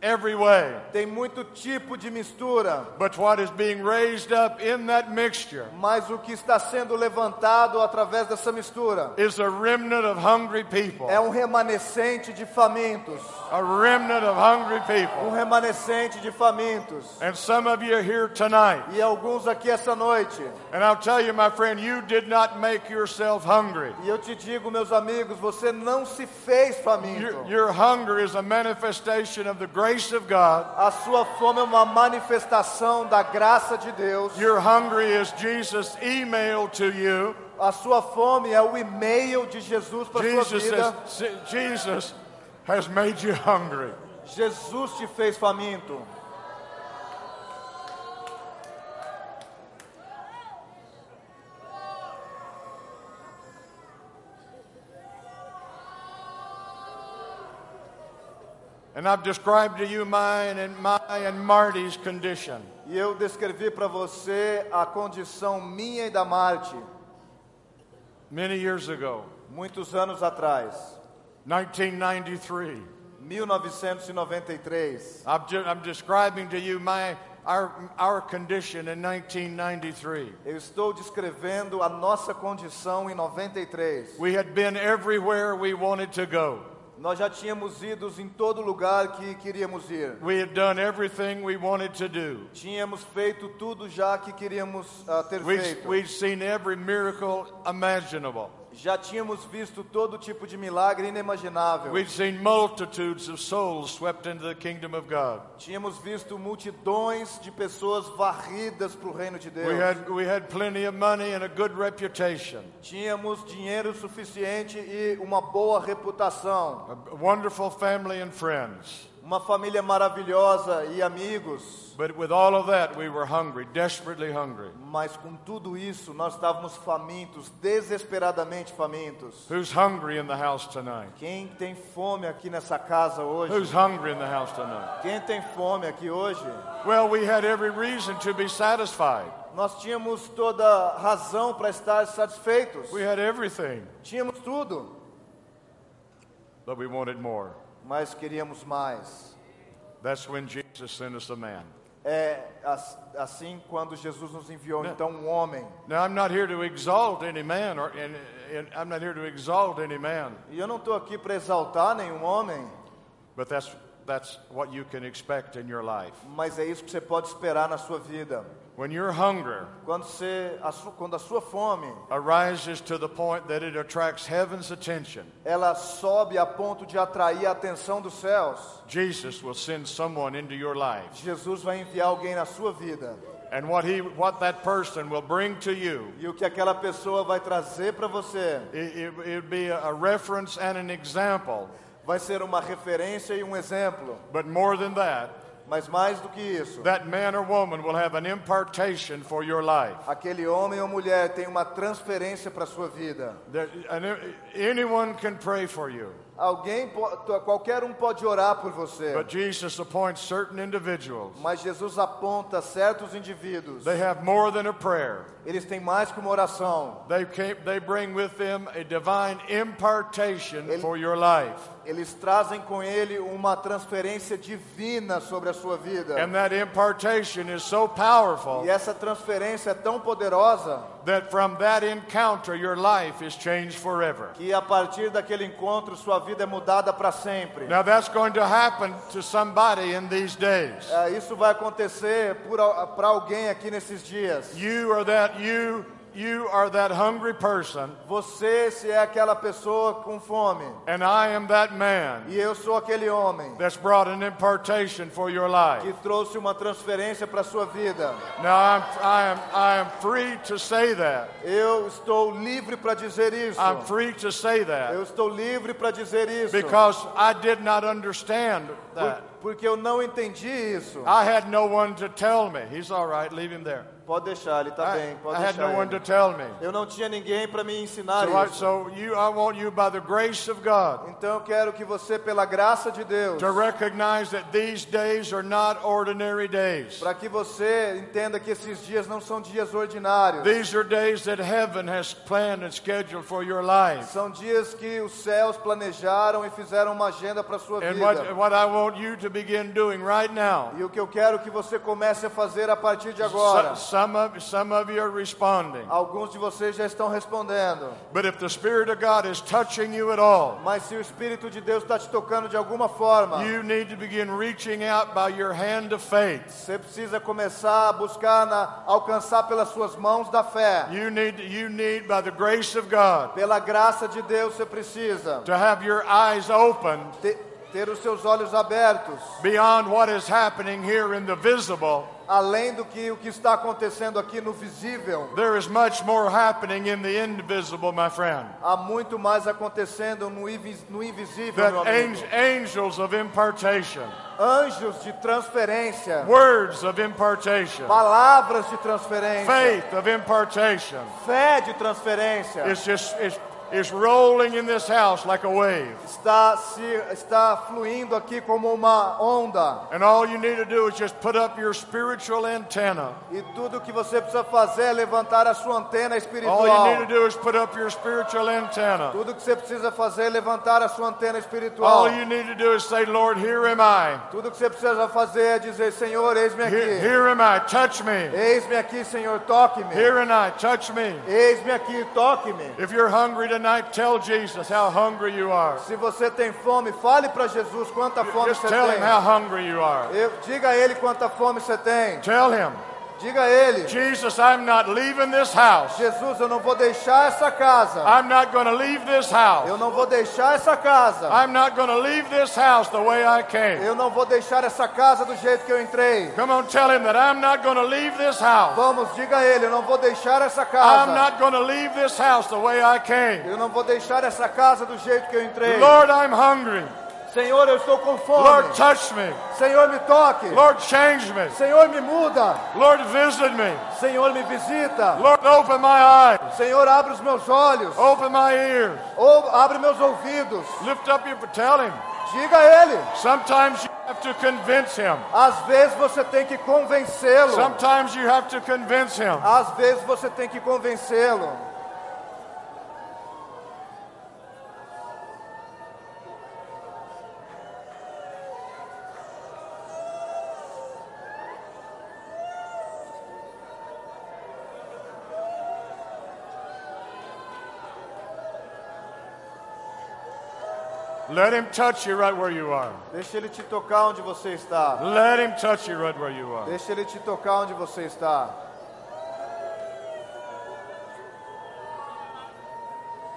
every way. Tem muito tipo de mistura. But what is being raised up in that mixture Mas o que está sendo levantado através dessa mistura is a remnant of hungry people. É um remanescente de famintos. A remnant of hungry Um people. remanescente de famintos. And some of you are here tonight. E alguns aqui essa noite. And I'll tell you, my friend, you did not make yourself hungry. E eu te digo, meus amigos, você não se fez faminto. Your, your hunger is a manifestation of the grace of God. A sua fome é uma manifestação da graça de Deus. Your hunger is Jesus' email to you. A sua fome é o e-mail de Jesus para sua Jesus, says, vida. Jesus has made you hungry. Jesus te fez faminto. And I've described to you mine and my and Marty's condition. E eu descrevi para você a condição minha e da Marte Many years ago, muitos anos atrás, 1993, 1993. I've ju- I'm describing to you my our our condition in 1993. Eu estou descrevendo a nossa condição em 93. We had been everywhere we wanted to go. Nós já tínhamos ido em todo lugar que queríamos ir. We had done everything we wanted to do. Tínhamos feito tudo já que queríamos ah, ter We'd, feito. we'd seen every miracle imaginable. Já tínhamos visto todo tipo de milagre inimaginável. We'd seen multitudes of souls swept into the kingdom of God. Tínhamos visto multidões de pessoas varridas para o reino de Deus. We had, we had plenty of money and a good reputation, Tínhamos dinheiro suficiente e uma boa reputação. a wonderful family and friends. uma família maravilhosa e amigos, But with all of that, we were hungry, desperately hungry. mas com tudo isso nós estávamos famintos, desesperadamente famintos. Who's hungry in the house tonight? Quem tem fome aqui nessa casa hoje? Who's hungry in the house tonight? Quem tem fome aqui hoje? Well, we had every reason to be satisfied. Nós tínhamos toda razão para estar satisfeitos. We had everything, Tínhamos tudo, but we wanted more. mas queríamos mais. That's when Jesus sent us a man. É as- assim quando Jesus nos enviou então um homem. Now, I'm not here to exalt any man, or and, and I'm not here to exalt any man, E eu não estou aqui para exaltar nenhum homem, but that's that's what you can expect in your life. mas é isso que você pode esperar na sua vida. When your hunger Quando, você, a su- quando a sua fome arises to the point that it attracts heaven's attention, ela sobe a ponto de atrair a atenção dos céus, Jesus will send someone into your life. Jesus vai enviar alguém na sua vida. And what he what that person will bring to you E o que aquela pessoa vai trazer para você it, it, it'd be a, a reference and an example. vai ser uma referência e um exemplo. But more than that, Mas mais do que isso, that man or woman will have an impartation for your life. aquele homem ou mulher tem uma transferência para sua vida. There, and anyone can pray for you, Alguém, po- to- qualquer um pode orar por você, but Jesus appoints certain individuals. mas Jesus aponta certos indivíduos. They have more than a prayer. Eles têm mais que uma oração. They, came, they bring with them a divine impartation Ele- for your life. Eles trazem com ele uma transferência divina sobre a sua vida. And that impartation is so powerful E essa transferência é tão poderosa that from that encounter, your life is changed forever. que a partir daquele encontro sua vida é mudada para sempre. Now, that's going to happen to somebody in these days. É, isso vai acontecer para alguém aqui nesses dias. You are that you you are that hungry person Você se é aquela pessoa com fome and I am that man e eu sou aquele homem that's brought an impartation for your life. que trouxe uma transferência para sua vida. Now I'm I am I am free to say that. Eu estou livre para dizer isso. I'm free to say Eu that estou livre para dizer isso. because I did not understand that. Por- porque eu não entendi isso. I had no one to tell me. He's all right, leave him there. Pode deixar, ele está I, bem. Pode Ah, I had deixar. no one ele. to tell me. Eu não tinha ninguém para me ensinar So, I, isso. so you I want you by the grace of God Então eu quero que você, pela graça de Deus, to recognize that these days are not ordinary days. para que você entenda que esses dias não são dias ordinários. These are days that heaven has planned and scheduled for your life. São dias que os céus planejaram e fizeram uma agenda para sua And vida. what, what I want you to begin doing right now, E o que eu quero que você comece a fazer a partir de agora. so- some of, some of you are responding. Alguns de vocês já estão respondendo. But if the Spirit of God is touching you at all, Mas se o Espírito de Deus está te tocando de alguma forma, you need to begin reaching out by your hand of faith. você precisa começar a buscar, na, alcançar pelas suas mãos da fé. You need, you need, by the grace of God, Pela graça de Deus você precisa to have your eyes open te- ter os seus olhos abertos, beyond what is happening here in the visible. além do que o que está acontecendo aqui no visível. There is much more happening in the invisible, my friend. Há muito mais acontecendo no, invis- no invisível, meu That amigo. ang- angels of impartation. Anjos de transferência, Words of impartation. palavras de transferência, Faith of impartation. fé de transferência. It's just it's, it's rolling in this house like a wave. Está, se, está fluindo aqui como uma onda. And all you need to do is just put up your spiritual antenna. E tudo que você precisa fazer é levantar a sua antena All you espiritual. need to do is put up your spiritual antenna. Tudo que você precisa fazer é levantar a sua antena espiritual. All you need to do is say, Lord, here am I. Tudo que você precisa fazer é dizer: Senhor, eis-me Here, aqui. here am I. Touch me. Eis-me aqui, Senhor, toque-me. Here and I. Touch me. Eis-me aqui, toque-me. If you're hungry tonight, tell Jesus how hungry you are. Se você tem fome, fale para Jesus quanta fome Just você tell him how tem. hungry you are. Eu, diga a Ele quanta fome você tem. Tell him. Diga a Ele: Jesus, I'm not leaving this house. Jesus, eu não vou deixar essa casa. I'm not going to leave this house. Eu não vou deixar essa casa. I'm not going to leave this house the way I came. Eu não vou deixar essa casa do jeito que eu entrei. Come on, tell him that I'm not going to leave this house. Vamos, diga a ele, eu não vou deixar essa I'm casa. not going to leave this house the way I came. Eu não vou deixar essa casa do jeito que eu entrei. Lord, I'm hungry. Senhor, eu estou com fome. Lord, touch me. Senhor, me toque. Lord, change me. Senhor, me muda. Lord, visit me. Senhor, me visita. Lord, open my eyes. Senhor, abre os meus olhos. Open my ears. Ou abre meus ouvidos. Lift up your. Tell him. Diga a Ele. Sometimes you have to convince him. Às vezes você tem que convencê-lo. Sometimes you have to convince him. Às vezes você tem que convencê-lo. Let him touch you right where you are. Deixa Ele te tocar onde você está. Let him touch you right where you are. Deixa Ele te tocar onde você está.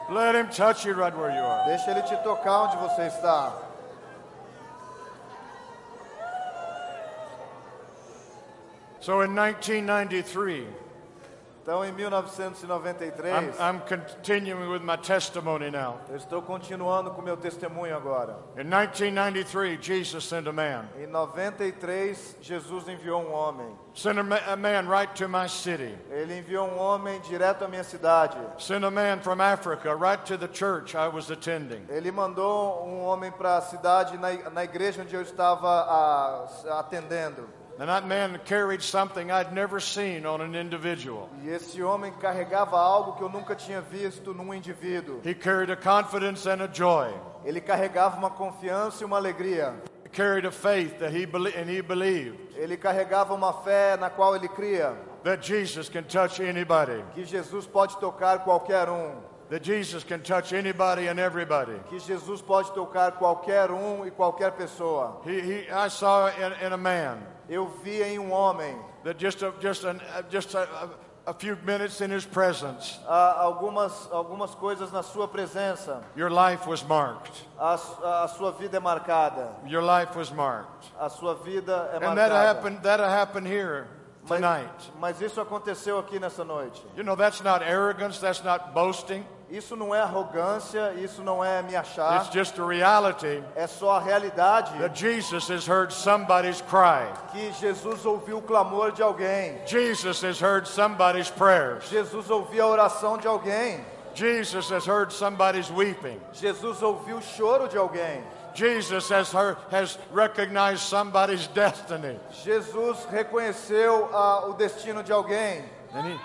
Let him touch you right where you are. Deixa Ele te tocar onde você está. So in 1993, Então, em I'm, 1993, I'm continuing with my testimony now. eu estou continuando com meu testemunho agora. In 1993, Jesus sent a man, Em 93, Jesus enviou um homem. sent a, ma- a man right to my city, Ele enviou um homem direto à minha cidade. sent a man from Africa right to the church I was attending. Ele mandou um homem para a cidade, na, i- na igreja onde eu estava ah, s- atendendo. And that man carried something I'd never seen on an individual. E esse homem carregava algo que eu nunca tinha visto num indivíduo. He carried a confidence and a joy. Ele carregava uma confiança e uma alegria. He carried a faith that he believed, and he believed Ele carregava uma fé na qual ele cria that Jesus can touch anybody, que Jesus pode tocar qualquer um, that Jesus can touch anybody and everybody. que Jesus pode tocar qualquer um e qualquer pessoa. He, he, I saw in, in a man Eu vi em um homem that just a, just an, uh, just a, a, a few minutes in his presence, ah, algumas algumas coisas na sua presença. your life was marked. A, su- a sua vida é marcada. Your life was marked, A sua vida é and that marcada. happened. That happened here tonight. Mas, mas isso aconteceu aqui nessa noite. You know that's not arrogance. That's not boasting. Isso não é arrogância, isso não é me It's achar, just a reality é só a realidade that Jesus has heard somebody's cry. que Jesus ouviu o clamor de alguém. Jesus has heard somebody's prayers. Jesus ouviu a oração de alguém. Jesus has heard somebody's weeping. Jesus ouviu o choro de alguém. Jesus has heard, has recognized somebody's destiny. Jesus reconheceu ah, o destino de alguém. And he,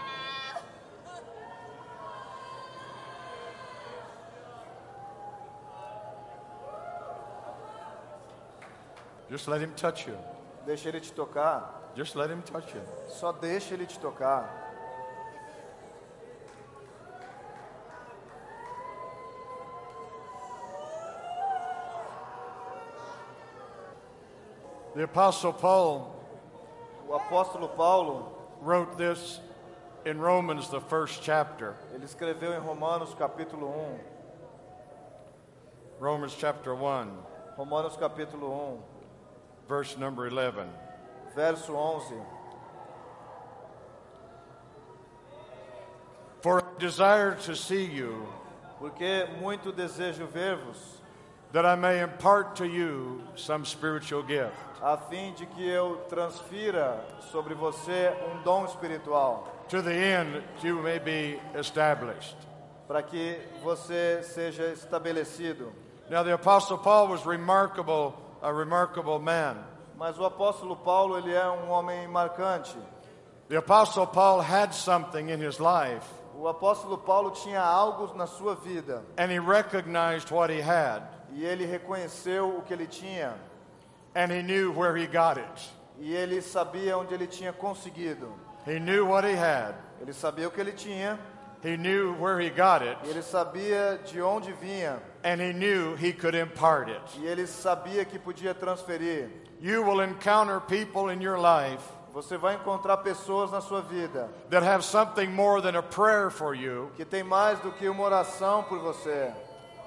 just let him touch you. Deixa ele te tocar. Just let him touch you. Só deixa ele te tocar. The apostle Paul O apóstolo Paulo, wrote this in Romans the first chapter. ele escreveu em Romanos capítulo 1. Romans chapter 1, Romanos capítulo verse number 11. 1, verso 11. For I desire to see you Porque muito desejo ver-vos, that I may impart to you some spiritual gift, a fim de que eu transfira sobre você um dom espiritual, to the end that you may be established. para que você seja estabelecido. Now, the Apostle Paul was remarkable, a remarkable man. Mas o apóstolo Paulo, ele é um homem marcante. The Apostle Paul had something in his life, O apóstolo Paulo tinha algo na sua vida and he recognized what he had, e ele reconheceu o que ele tinha and he knew where he got it. e ele sabia onde ele tinha conseguido. He knew what he had, Ele sabia o que ele tinha, he knew where he got it, e ele sabia de onde vinha and he knew he could impart it. e ele sabia que podia transferir. You will encounter people in your life Você vai encontrar pessoas na sua vida that have something more than a prayer for you. que tem mais do que uma oração por você,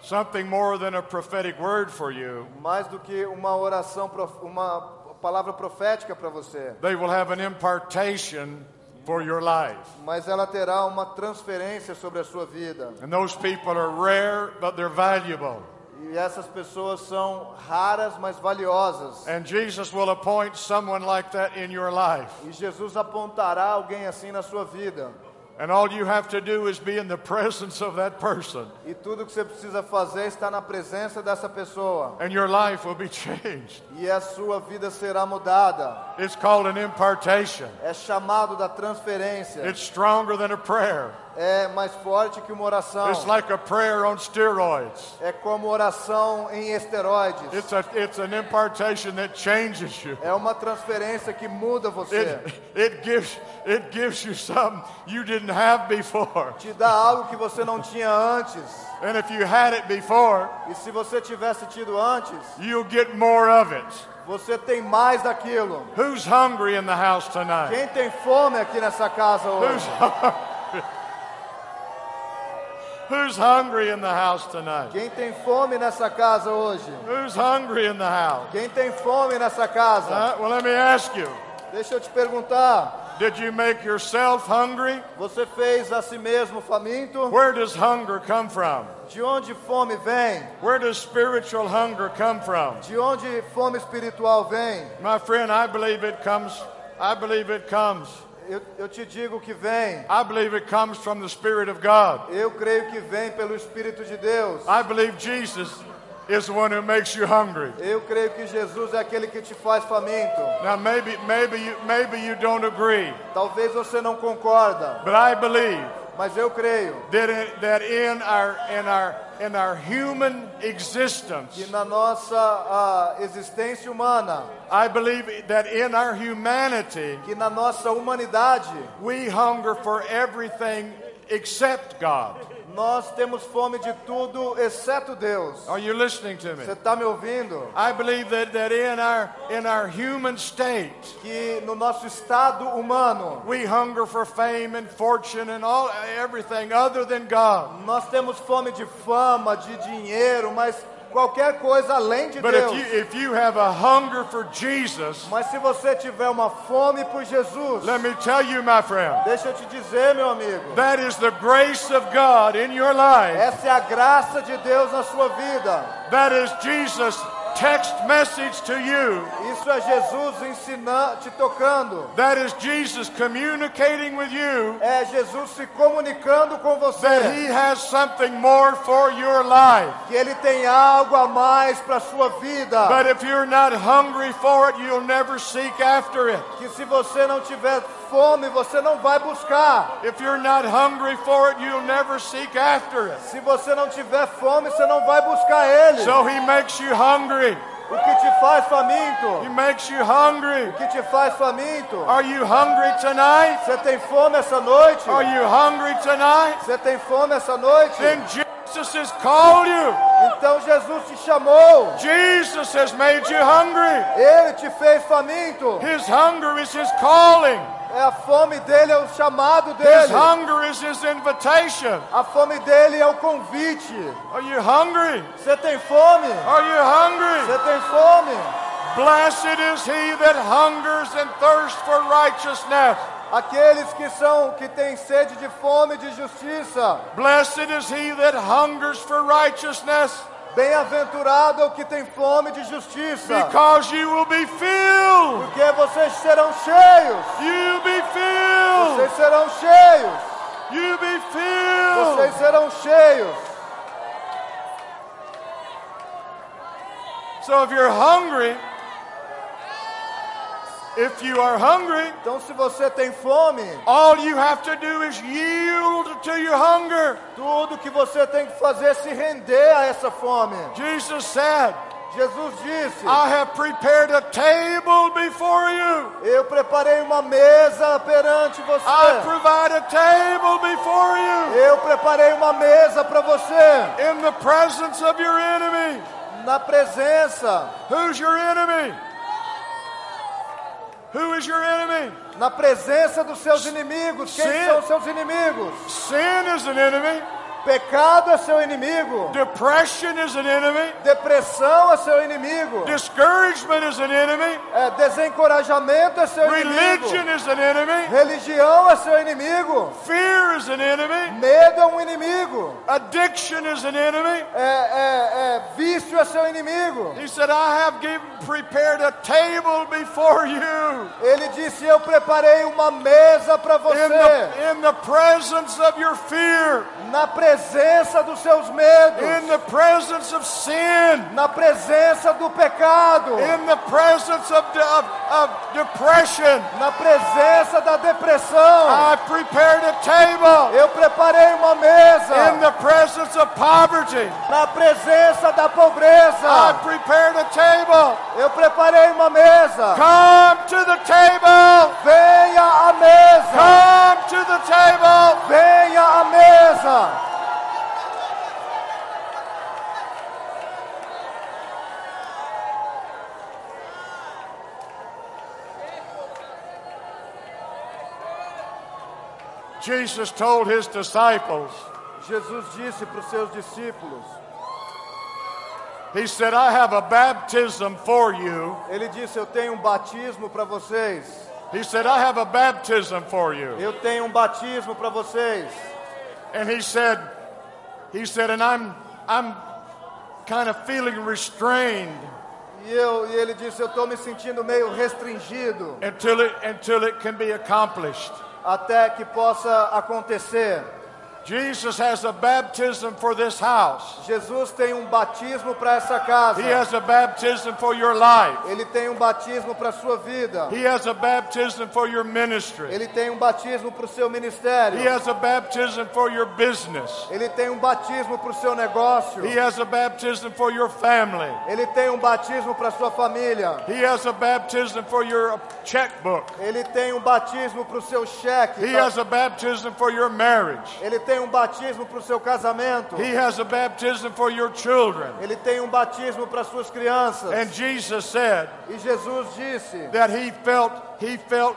something more than a prophetic word for you. mais do que uma oração, prof- uma palavra profética para você, They will have an impartation for your life. mas ela terá uma transferência sobre a sua vida. And those people are rare, but they're valuable. E E essas pessoas são raras, mas valiosas. And Jesus will appoint someone like that in your life. E Jesus apontará alguém assim na sua vida. And all you have to do is be in the presence of that person, E tudo que você precisa fazer é estar na presença dessa pessoa. and your life will be changed. E a sua vida será mudada. It's called an impartation. É chamado da transferência. It's stronger than a prayer. É mais forte que uma oração. It's like a prayer on steroids. É como oração em esteroides. It's, a, it's an impartation that changes you. É uma transferência que muda você. It, it, gives, it gives you something you didn't have before. Te dá algo que você não tinha antes. And if you had it before, E se você tivesse tido antes, you'll get more of it. você tem mais daquilo. Who's hungry in the house tonight? Quem tem fome aqui nessa casa Who's hoje? hungry? Who's hungry in the house tonight? Quem tem fome nessa casa hoje? Who's hungry in the house? Quem tem fome nessa casa? Uh, well, let me ask you Deixa eu te perguntar. did you make yourself hungry? Você fez a si mesmo faminto? Where does hunger come from? De onde fome vem? Where does spiritual hunger come from? De onde fome espiritual vem? My friend, I believe it comes. I believe it comes. Eu, eu te digo que vem. I believe it comes from the Spirit of God. Eu creio que vem pelo Espírito de Deus. I believe Jesus is the one who makes you hungry. Eu creio que Jesus é aquele que te faz faminto. Now, maybe, maybe, you, maybe you don't agree, Talvez você não concorda, but I believe mas eu creio that in, that in our in our in our human que existence, na nossa ah, existência humana, I believe that in our humanity, que na nossa humanidade, we hunger for everything except God. nós temos fome de tudo exceto Deus. Are you listening to me? Você está me ouvindo? I believe that, that in our in our human state, Que no nosso estado humano, We hunger for fame and fortune and all everything other than God. nós temos fome de fama, de dinheiro, mas qualquer coisa além de But if Deus. you if you have a hunger for Jesus, Mas se você tiver uma fome por Jesus, let me tell you, my friend, deixa eu te dizer, meu amigo, that is the grace of God in your life. essa é a graça de Deus na sua vida. That is Jesus' text message to you. Isso é Jesus ensinando, te tocando. That is Jesus communicating with you É Jesus se comunicando com that você. He has something more for your life. Que ele tem algo a mais para sua vida. But if you're not hungry for it, you'll never seek after it. que se você não tiver fome, você não vai buscar. If you're not hungry for it, you'll never seek after it. Se você não tiver fome, você não vai buscar ele. So he makes you hungry. o que te faz He faminto? makes you hungry. O que te faz faminto? Are you hungry tonight? Você tem fome essa noite? Are you hungry tonight? Você tem fome essa noite? Then Jesus has called you. Então Jesus te chamou. Jesus has made you hungry. Ele te fez faminto. His hunger is his calling. É a fome dele, é o chamado His dele. hunger is his invitation. A fome dele é o convite. Are you hungry? Você tem fome? Are you hungry? Você tem fome? Blessed is he that hungers and thirsts for righteousness. Aqueles que são que têm sede de fome e de justiça, Blessed is he that hungers for righteousness, bem-aventurado é o que tem fome de justiça, because you will be filled. porque vocês serão cheios. You be filled. Vocês serão cheios. You be filled. Vocês serão cheios. So if you're hungry, if you are hungry, Então, se você tem fome, all you have to do is yield to your hunger. tudo que você tem que fazer é se render a essa fome. Jesus said, Jesus disse: I have prepared a table before you. Eu preparei uma mesa perante I você. provide a table before you Eu preparei uma mesa para você in the presence of your enemy. na presença, Who's your enemy? Who is your enemy? na presença dos seus inimigos. Quem Sim. são seus inimigos? Sin is an enemy. Pecado é seu inimigo. Depression is an enemy. Depressão é seu inimigo. Discouragement is an enemy. É, desencorajamento é seu Religion inimigo. is an enemy. Religião é seu inimigo. Fear is an enemy. Medo é um inimigo. Addiction is an enemy. É, é, é, vício é seu inimigo. He said, I have given, prepared a table before you Ele disse: Eu preparei uma mesa para in você, the, in the presence of your fear, na presença dos seus in medos, the presence of sin, na presença do pecado, in the presence of, de- of, of depression. na presença da depressão. I prepared a table Eu preparei uma mesa in the presence of poverty. na presença da I pobreza. prepared a table. Eu preparei uma mesa. Come to the table. Venha à mesa. Come to the table. Venha à mesa. Jesus told his disciples, Jesus disse para os seus discípulos: He said, I have a baptism for you. Ele disse, Eu tenho um batismo para vocês. He said, I have a baptism for you. Eu tenho um batismo para vocês. And he said, He said, and I'm I'm kind of feeling restrained E, eu, e ele disse, Eu estou me sentindo meio restringido until it until it can be accomplished. até que possa acontecer. Jesus has a baptism for this house. Jesus tem um batismo para essa casa. He has a baptism for your life. Ele tem um batismo para a sua vida. He has a baptism for your ministry. Ele tem um batismo para o seu He ministério. has a baptism for your business. Ele tem um batismo para o seu negócio. He has a baptism for your family. Ele tem um batismo para a sua família. He has a baptism for your checkbook. Ele tem um batismo para o seu cheque. He has a baptism for your marriage. Ele tem um batismo para o seu casamento. He has a baptism for your children. Ele tem um batismo para suas crianças. And Jesus said E Jesus disse, that he felt he felt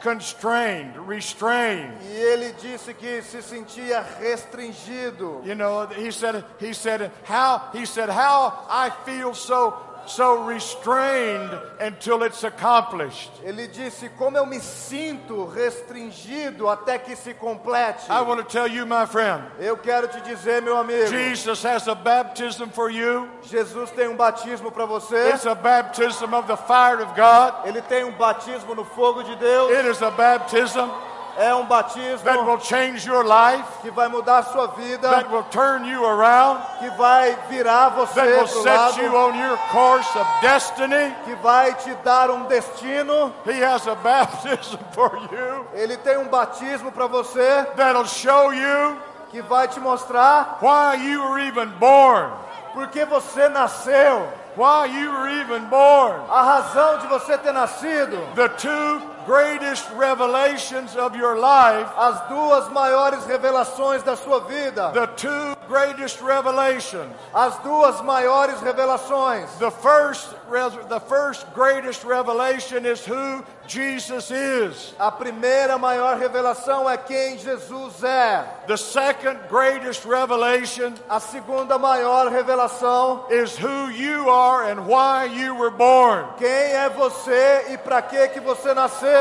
constrained, restrained. e ele disse que se sentia restringido. You know, he said he said how he said how I feel so so restrained until it's accomplished. Ele disse, como eu me sinto restringido até que se complete. I want to tell you, my friend, Eu quero te dizer, meu amigo, Jesus has a baptism for you. Jesus tem um batismo para você. It's a baptism of the fire of God. Ele tem um batismo no fogo de Deus. It is a baptism É um batismo that will change your life, que vai mudar a sua vida, that will turn you around, que vai virar that você will pro set lado, you on your course of destiny. que vai te dar um destino. He has a baptism for you Ele tem um batismo para você that'll show you que vai te mostrar why you were even born, porque você nasceu, why you were even born. a razão de você ter nascido. The two greatest revelations of your life, As duas maiores revelações da sua vida, the two greatest revelations. as duas maiores revelações. The first, res- the first greatest revelation is who Jesus is. A primeira maior revelação é quem Jesus é. The second greatest revelation A segunda maior revelação, is who you are and why you were born. quem é você e para que que você nasceu.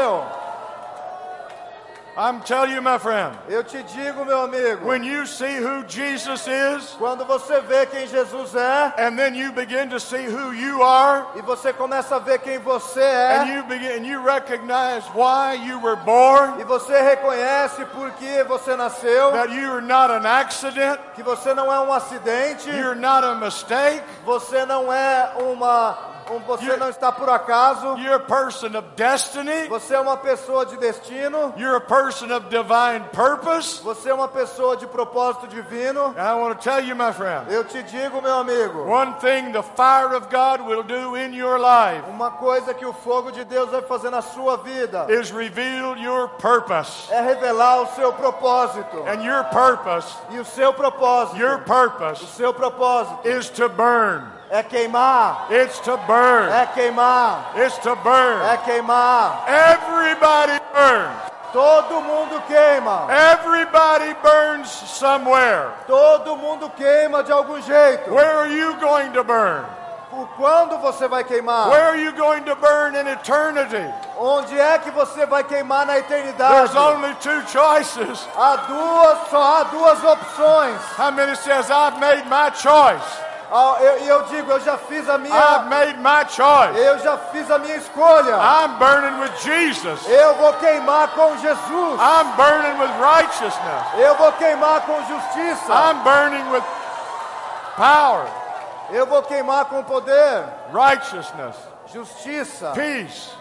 I'm telling you, my friend, Eu te digo, meu amigo, when you see who Jesus is quando você vê quem Jesus é and then you begin to see who you are e você começa a ver quem você é, and you begin and you recognize why you were born, E você reconhece por que você nasceu, that you are not an accident, que você não é um acidente, you're not a mistake, você não é uma. um- você You- não está por acaso, you're a person of destiny, você é uma pessoa de destino, you're a person of divine purpose. você é uma pessoa de propósito divino. And I want to tell you, my friend, Eu te digo, meu amigo, one thing the fire of God will do in your life uma coisa que o fogo de Deus vai fazer na sua vida is reveal your purpose. é revelar o seu propósito. And your purpose, E o seu propósito, your o purpose seu propósito is to burn. é queimar, It's to burn. é queimar, It's to burn. é queimar. Everybody burns. Todo mundo queima. Everybody burns somewhere. Todo mundo queima de algum jeito. Where are you going to burn? Por quando você vai queimar? Where are you going to burn in eternity? Onde é que você vai queimar na There's eternidade? um- only two choices. Há duas, só há duas opções. How many says I've made my choice? Ah, eu- E eu, digo, eu já fiz a I've minha, made my choice. eu já fiz a minha escolha. I'm burning with Jesus. Eu vou queimar com Jesus. I'm burning with righteousness. Eu vou queimar com justiça. I'm burning with power, Eu vou queimar com poder, righteousness, justiça, peace,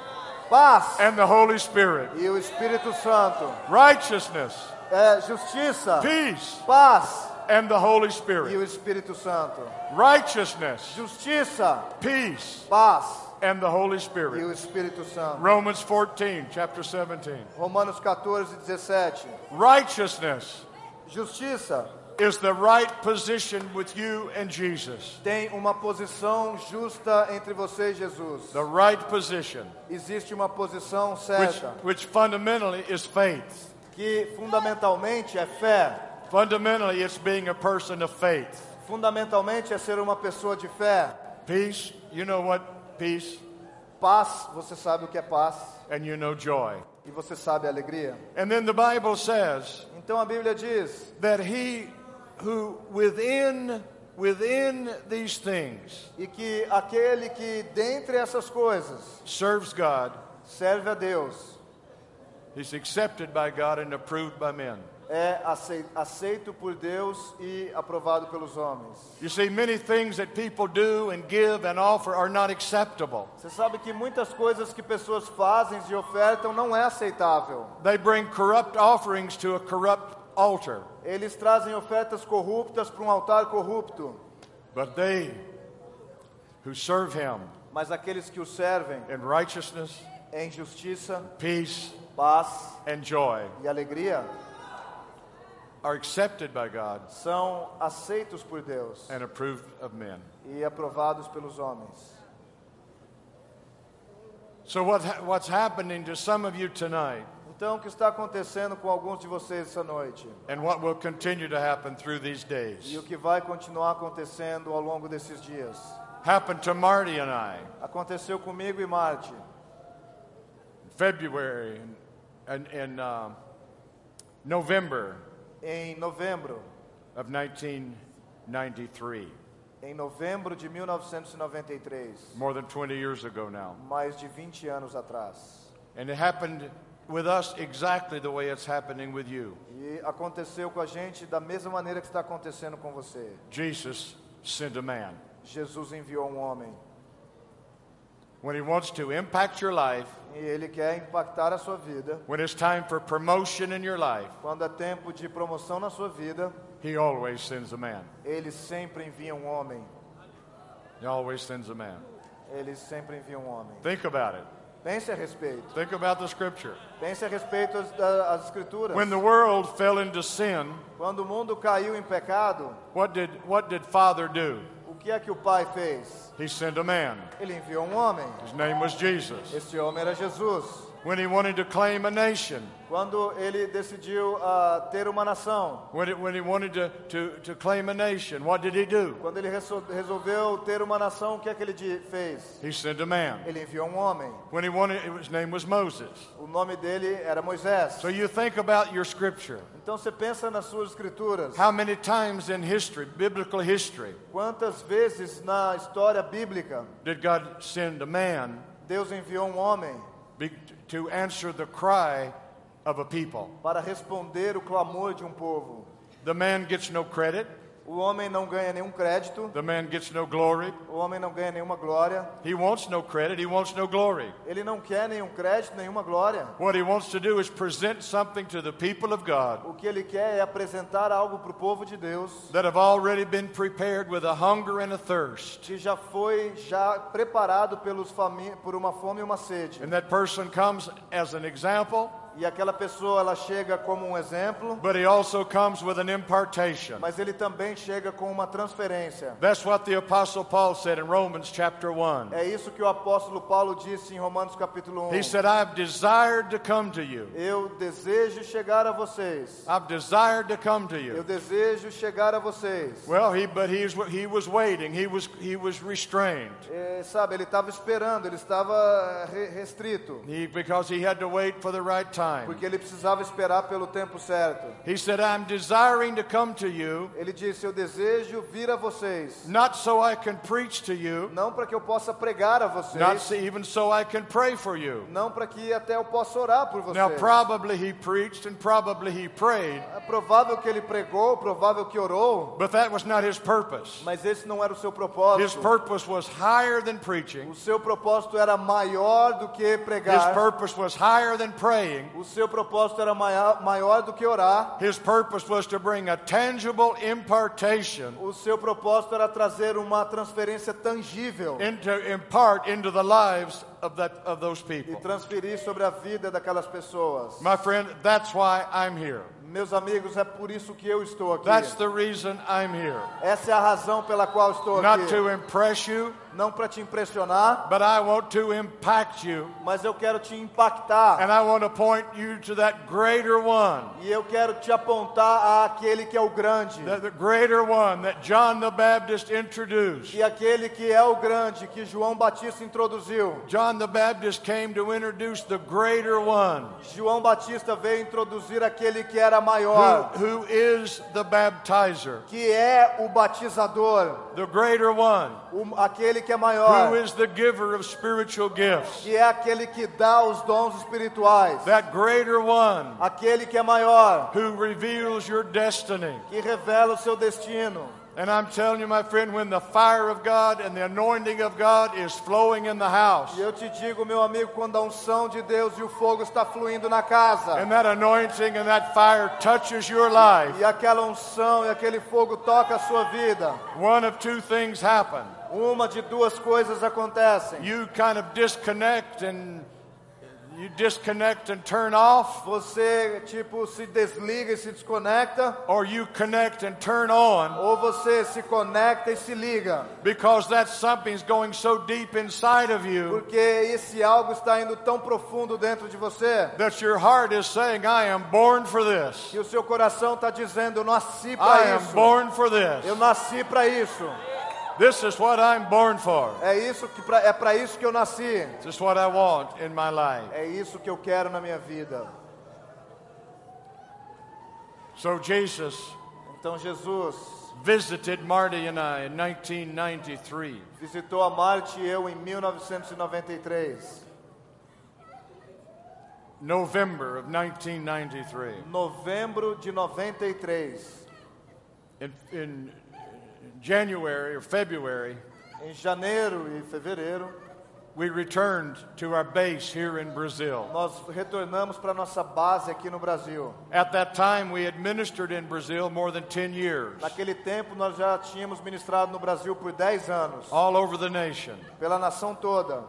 paz and the Holy Spirit. e o Espírito Santo. Righteousness, É justiça, peace, paz and the Holy e Spirit. o Espírito Santo. Righteousness, Justiça, peace, paz and the Holy e Spirit. o Espírito Santo. Romans 14, chapter 17. Romanos 14, 17. Righteousness Justiça is the right position with you and Jesus. tem uma posição justa entre você e Jesus. The right position, Existe uma posição which, certa, which fundamentally is faith. que fundamentalmente é fé. Fundamentally, it's being a person of faith. Fundamentalmente é ser uma pessoa de fé. Peace, you know what? Peace, Paz, você sabe o que é paz and you know joy. e você sabe a alegria. And then the Bible says Então a Bíblia diz that he who within within these things e que aquele que dentre essas coisas serves God, serve a Deus he's accepted by God and approved by men. é acei- aceito por Deus e aprovado pelos homens. You see, many things that people do and give and offer are not acceptable. Você sabe que muitas coisas que pessoas fazem e ofertam não é aceitável. They bring corrupt offerings to a corrupt altar, Eles trazem ofertas corruptas para um altar corrupto, but they who serve him mas aqueles que o servem in righteousness, em justiça, peace, paz and joy e alegria are accepted by God são aceitos por Deus and approved of men. e aprovados pelos homens. So what ha- what's happening to some of you tonight Então, o que está acontecendo com alguns de vocês essa noite? and what will continue to happen through these days? E o que vai continuar acontecendo ao longo desses dias? Happened to Marty and I Aconteceu comigo e Marte, in February and in, in um, November em novembro, of 1993, em novembro de 1993, more than 20 years ago now. mais de 20 anos atrás. And it happened with us exactly the way it's happening with you. E aconteceu com a gente da mesma maneira que está acontecendo com você. Jesus sent a man. Jesus enviou um homem When he wants to impact your life, e ele quer impactar a sua vida. when it's time for promotion in your life, Quando é tempo de promoção na sua vida, He always sends a man. ele sempre envia um homem. He always sends a man. Ele sempre envia um homem. Think about it. Pense a respeito. Think about the scripture. Pense a respeito das- da- das escrituras. When the world fell into sin, Quando o mundo caiu em pecado, what did, what did Father do? o que é que o pai fez? He sent a man. Ele enviou um homem. His name was Jesus. Esse homem era Jesus. When he wanted to claim a nation, Quando ele decidiu ah, ter uma nação, when, it, when he wanted to, to, to claim a nation, what did he do? quando ele reso- resolveu ter uma nação, o que é que ele di- fez? He sent a man. Ele enviou um homem. When he wanted, his name was Moses. O nome dele era Moisés. So you think about your scripture. Então você pensa nas suas escrituras. How many times in history, biblical history, Quantas vezes na história bíblica did God send a man Deus enviou um homem be, to answer the cry of a people. para responder o clamor de um povo? The man gets no credit, O homem não ganha nenhum crédito, the man gets no glory. o homem não ganha nenhuma glória. He wants no credit, he wants no glory. Ele não quer nenhum crédito, nenhuma glória. What he wants to do is present something to the people of God O que ele quer é apresentar algo para o povo de Deus that have already been prepared with a hunger and a thirst. que já foi já preparado pelos fami- por uma fome e uma sede. And that person comes as an example, e aquela pessoa ela chega como um exemplo, but he also comes with an impartation. mas ele também chega com uma transferência. That's what the Apostle Paul said in Romans chapter 1. É isso que o apóstolo Paulo disse em Romanos capítulo 1. He said, I've desired to come to you. Eu desejo chegar a vocês. I've desired to come to Eu you. desejo chegar a vocês. Well, he, but he's, he was waiting. He was, he was restrained. É, sabe, ele estava esperando, ele estava é, re- restrito, He, because he had to wait for the right time. porque ele precisava esperar pelo tempo certo. He said, I'm desiring to come to you, Ele disse: Eu desejo vir a vocês, not so I can preach to you, não para que eu possa pregar a not vocês, so, even so I can pray for you. não para que até eu possa orar por Now, vocês. probably he preached and probably he prayed, É provável que ele pregou, provável que orou, but that was not his purpose. mas esse não era o seu His propósito. purpose was higher than preaching. O seu propósito era maior do que His pregar. purpose was higher than praying. O seu propósito era maior, maior do que orar. His purpose was to bring a tangible impartation O seu propósito era trazer uma transferência tangível and to impart into the lives of, that, of those e people. transferir sobre a vida daquelas pessoas. My friend, that's why I'm here. Meus amigos, é por isso que eu estou aqui. That's the reason I'm here. Essa é a razão pela qual estou Not aqui. to impress you, Não para te impressionar, but I want to impact you. mas eu quero te impactar. And I want to point you to that greater one, E eu quero te apontar àquele que é o grande. the, the greater one that John the Baptist introduced. E aquele que é o grande, que João Batista introduziu. John the Baptist came to introduce the greater one, João Batista veio introduzir aquele que era who, maior, who is the baptizer, que é o batizador, the greater one, o- aquele que é who maior, is the giver of spiritual gifts. que é aquele que dá os dons espirituais, That greater one aquele que é maior, who reveals your destiny. que revela o seu destino. And I'm telling you, my friend, when the fire of God and the anointing of God is flowing in the house, E eu te digo, meu amigo, quando a unção de Deus e o fogo está fluindo na casa, and that anointing and that fire touches your life, e aquela unção e aquele fogo toca a sua vida, one of two things happen. uma de duas coisas acontecem. You kind of disconnect and you disconnect and turn off, Você, tipo, se desliga e se desconecta, or you connect and turn on ou você se conecta e se liga, because that something's going so deep inside of you porque esse algo está indo tão profundo dentro de você that your heart is saying, I am born for this. que o seu coração está dizendo: eu nasci I para am isso. born for this. Eu nasci para isso. This is what I'm born for. É isso que pra, é para isso que eu nasci. This is what I want in my life. É isso que eu quero na minha vida. So Jesus Então Jesus visited Marty and I in 1993. visitou a Marte e eu em 1993, November of 1993. novembro de 93. In, in January or February, Em janeiro e fevereiro, we returned to our base here in Brazil. nós retornamos para nossa base aqui no Brasil. At that time, we had ministered in Brazil more than 10 years, Naquele tempo nós já tínhamos ministrado no Brasil por 10 anos, all over the nation. pela nação toda.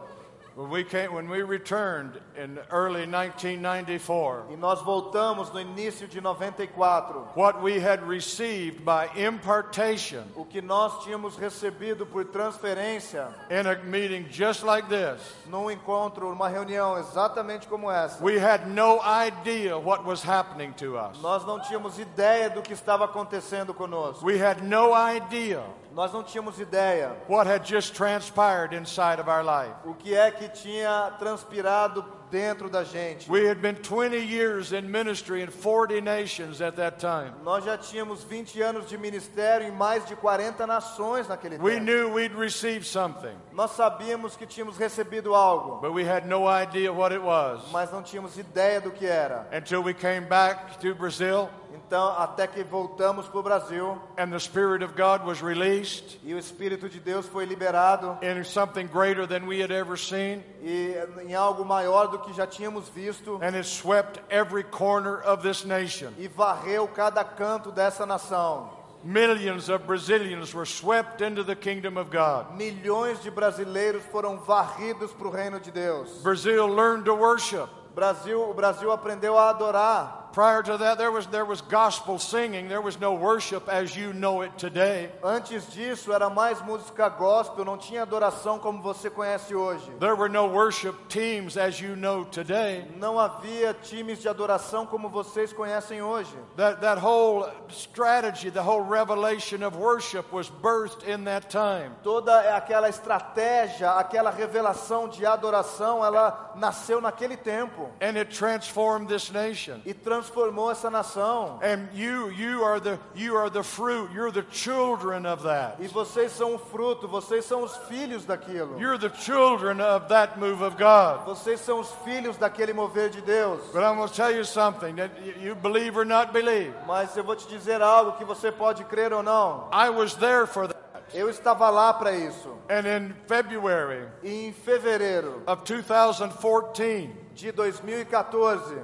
When we, came, when we returned in early 1994, E nós voltamos no início de 94. what we had received by impartation O que nós tínhamos recebido por transferência in a meeting just like this, num encontro, numa reunião exatamente como essa. we had no idea what was happening to us. Nós não tínhamos ideia do que estava acontecendo conosco. We had no idea Nós não tínhamos ideia what had just transpired inside of our life. o que é que tinha transpirado dentro da gente. We had been 20 years in ministry in 40 nations at that time. Nós já tínhamos 20 anos de ministério em mais de 40 nações naquele We tempo. knew we'd received something, Nós sabíamos que tínhamos recebido algo, but we had no idea what it was mas não tínhamos ideia do que era. until we came back to Brazil Então, até que voltamos para o Brasil and the Spirit of God was released e o Espírito de Deus foi liberado in something greater than we had ever seen, e em algo maior do que já tínhamos visto and it swept every corner of this nation. e varreu cada canto dessa nação. Millions of Brazilians were swept into the kingdom of God. Milhões de brasileiros foram varridos para o reino de Deus. Brazil learned to worship. Brasil, o Brasil aprendeu a adorar. Prior to that, there was, there was gospel singing. There was no worship as you know it today. Antes disso era mais música gospel, não tinha adoração como você conhece hoje. There were no worship teams as you know today. Não havia times de adoração como vocês conhecem hoje. That, that whole strategy, the whole revelation of worship was birthed in that time. Toda é aquela estratégia, aquela revelação de adoração, ela nasceu naquele tempo And it transformed this nation. e transformou essa nação. And you, you are the, you are the fruit. You're the children of that. E vocês são o fruto, vocês são os filhos daquilo. You're the children of that move of God. Vocês são os filhos daquele mover de Deus. But I'm going to tell you something that y- you believe or not believe. Mas eu vou te dizer algo que você pode crer ou não. I was there for that. Eu estava lá para isso. And in February E em fevereiro of 2014, de 2014,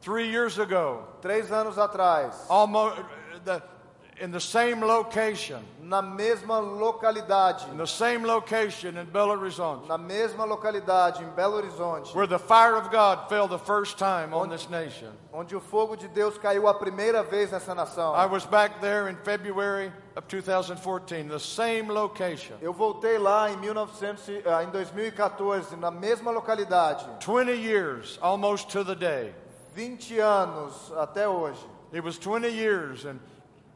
three years ago, três anos atrás, almost the, in the same location, na mesma localidade, in the same location in Belo Horizonte, na mesma localidade em Belo Horizonte, where the fire of God fell the first time on this nation. onde o fogo de Deus caiu a primeira vez nessa nação. I was back there in February of 2014, the same location. Eu voltei lá em, 1900, e- ah, em 2014, na mesma localidade, 20 years, almost to the day. 20 anos até hoje. It was 20 years in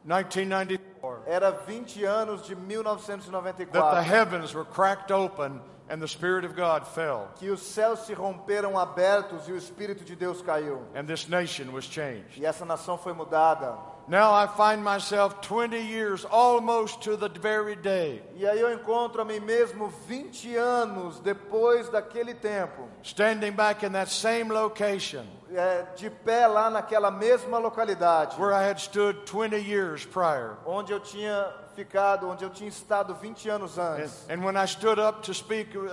1994 Era 20 anos de that the 1994 heavens were cracked open and the Spirit of God fell, que os céus se romperam abertos e o Espírito de Deus caiu. and this nation was changed. E essa nação foi mudada. Now I find myself 20 years, almost to the very day, E aí eu encontro a mim mesmo 20 anos depois daquele tempo, standing back in that same location é, de pé lá naquela mesma localidade, where I had stood 20 years prior. onde eu tinha ficado, onde eu tinha estado 20 anos And, antes. and when I stood up to speak, uh,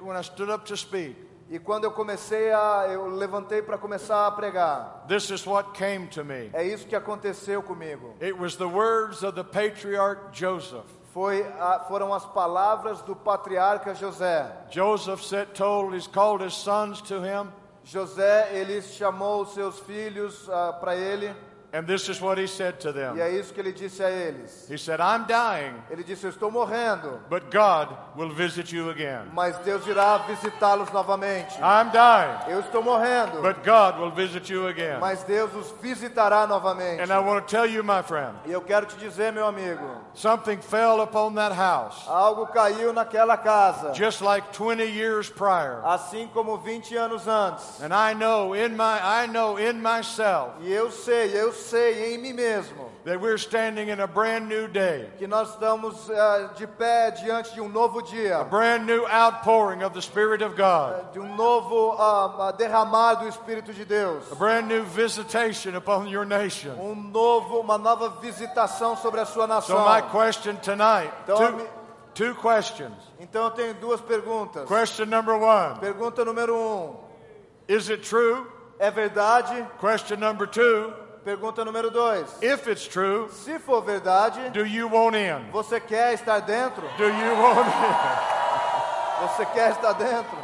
when I stood up to speak, E quando eu comecei a, eu levantei para começar a pregar. this is what came to me. É isso que aconteceu comigo. It was the words of the patriarch Joseph. Foi a, foram as palavras do patriarca José. Joseph said, told, he's called his sons to him, José, ele chamou os seus filhos para ele, and this is what he said to them. e é isso que ele disse a eles. He said, I'm dying, Ele disse: Eu estou morrendo, but God will visit you again. mas Deus irá visitá-los novamente. I'm dying, Eu estou morrendo, but God will visit you again. mas Deus os visitará novamente. And I want to tell you, my friend, E eu quero te dizer, meu amigo, something fell upon that house, algo caiu naquela casa, just like 20 years prior. assim como 20 anos antes. And I know in my, I know in myself E eu sei, eu sei em mim mesmo that we're standing in a brand new day, que nós estamos ah, de pé diante de um novo dia, brand new outpouring of the Spirit of God, de um novo ah, ah, derramar do Espírito de Deus. a brand new visitation upon your nation. um novo, uma nova visitação sobre a sua So nação. my question tonight, Tell two, me- two questions. Então eu tenho duas perguntas. Question number one, Pergunta número um: is it true? é verdade? Question number two, Pergunta número dois: if it's true, se for verdade, do you want in? você quer estar dentro? Do you want in? Você quer estar dentro?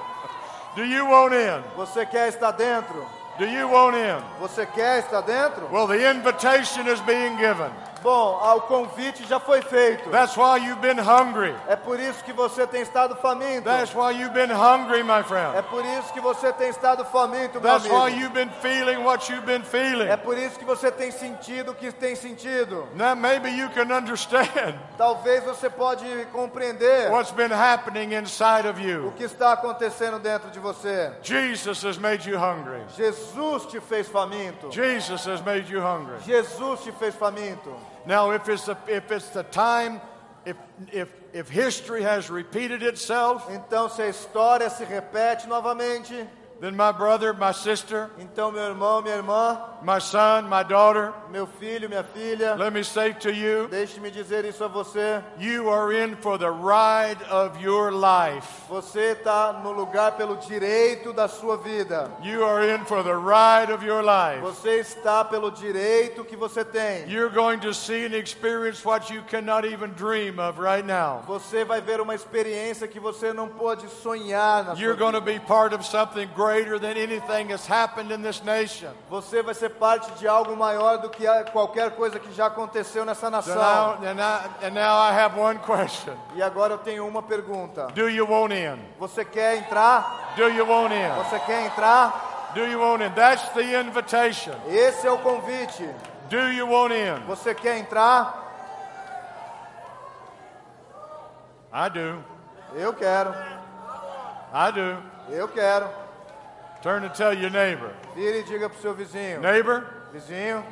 Do you want in? Você quer estar dentro? Do you want in? Você quer estar dentro? Well, the invitation is being given. Bom, ah, o convite já foi feito. That's why you've been hungry. É por isso que você tem estado faminto. That's why you've been hungry, my É friend. por isso que você tem estado faminto, meu That's why amigo. you've been feeling what you've been feeling. É por isso que você tem sentido o que tem sentido. Now maybe you can understand Talvez você pode compreender what's been happening inside of o you. que está acontecendo dentro de você. Jesus has made you hungry. Jesus te fez faminto. Jesus has made you hungry. Jesus te fez faminto. Now, if it's the, if it's the time, if, if, if history has repeated itself, Então, se a história se repete novamente, then my brother, my sister, então, meu irmão, minha irmã, My son, my daughter, meu filho, minha filha, let me say to you, deixe-me dizer isso a você. you are in for the ride of your life. Você está no lugar pelo direito da sua vida. You are in for the ride of your life. Você está pelo direito que você tem. You're going to see and experience what you cannot even dream of right now. Você vai ver uma experiência que você não pôde sonhar na sua You're going vida. to be part of something greater than anything that's happened in this nation. Você vai ser parte de algo maior do que a- qualquer coisa que já aconteceu nessa So now, nação. and, I, and now I have one question. E agora eu tenho uma pergunta. Do you want in? Você quer entrar? Do you want in? Você quer entrar? Do you want in? That's the invitation. Esse é o convite. Do you want in? Você quer entrar? I do. Eu quero. I do. Eu quero. Turn and tell your neighbor. Vire e diga pro seu vizinho. Neighbor, Vizinho,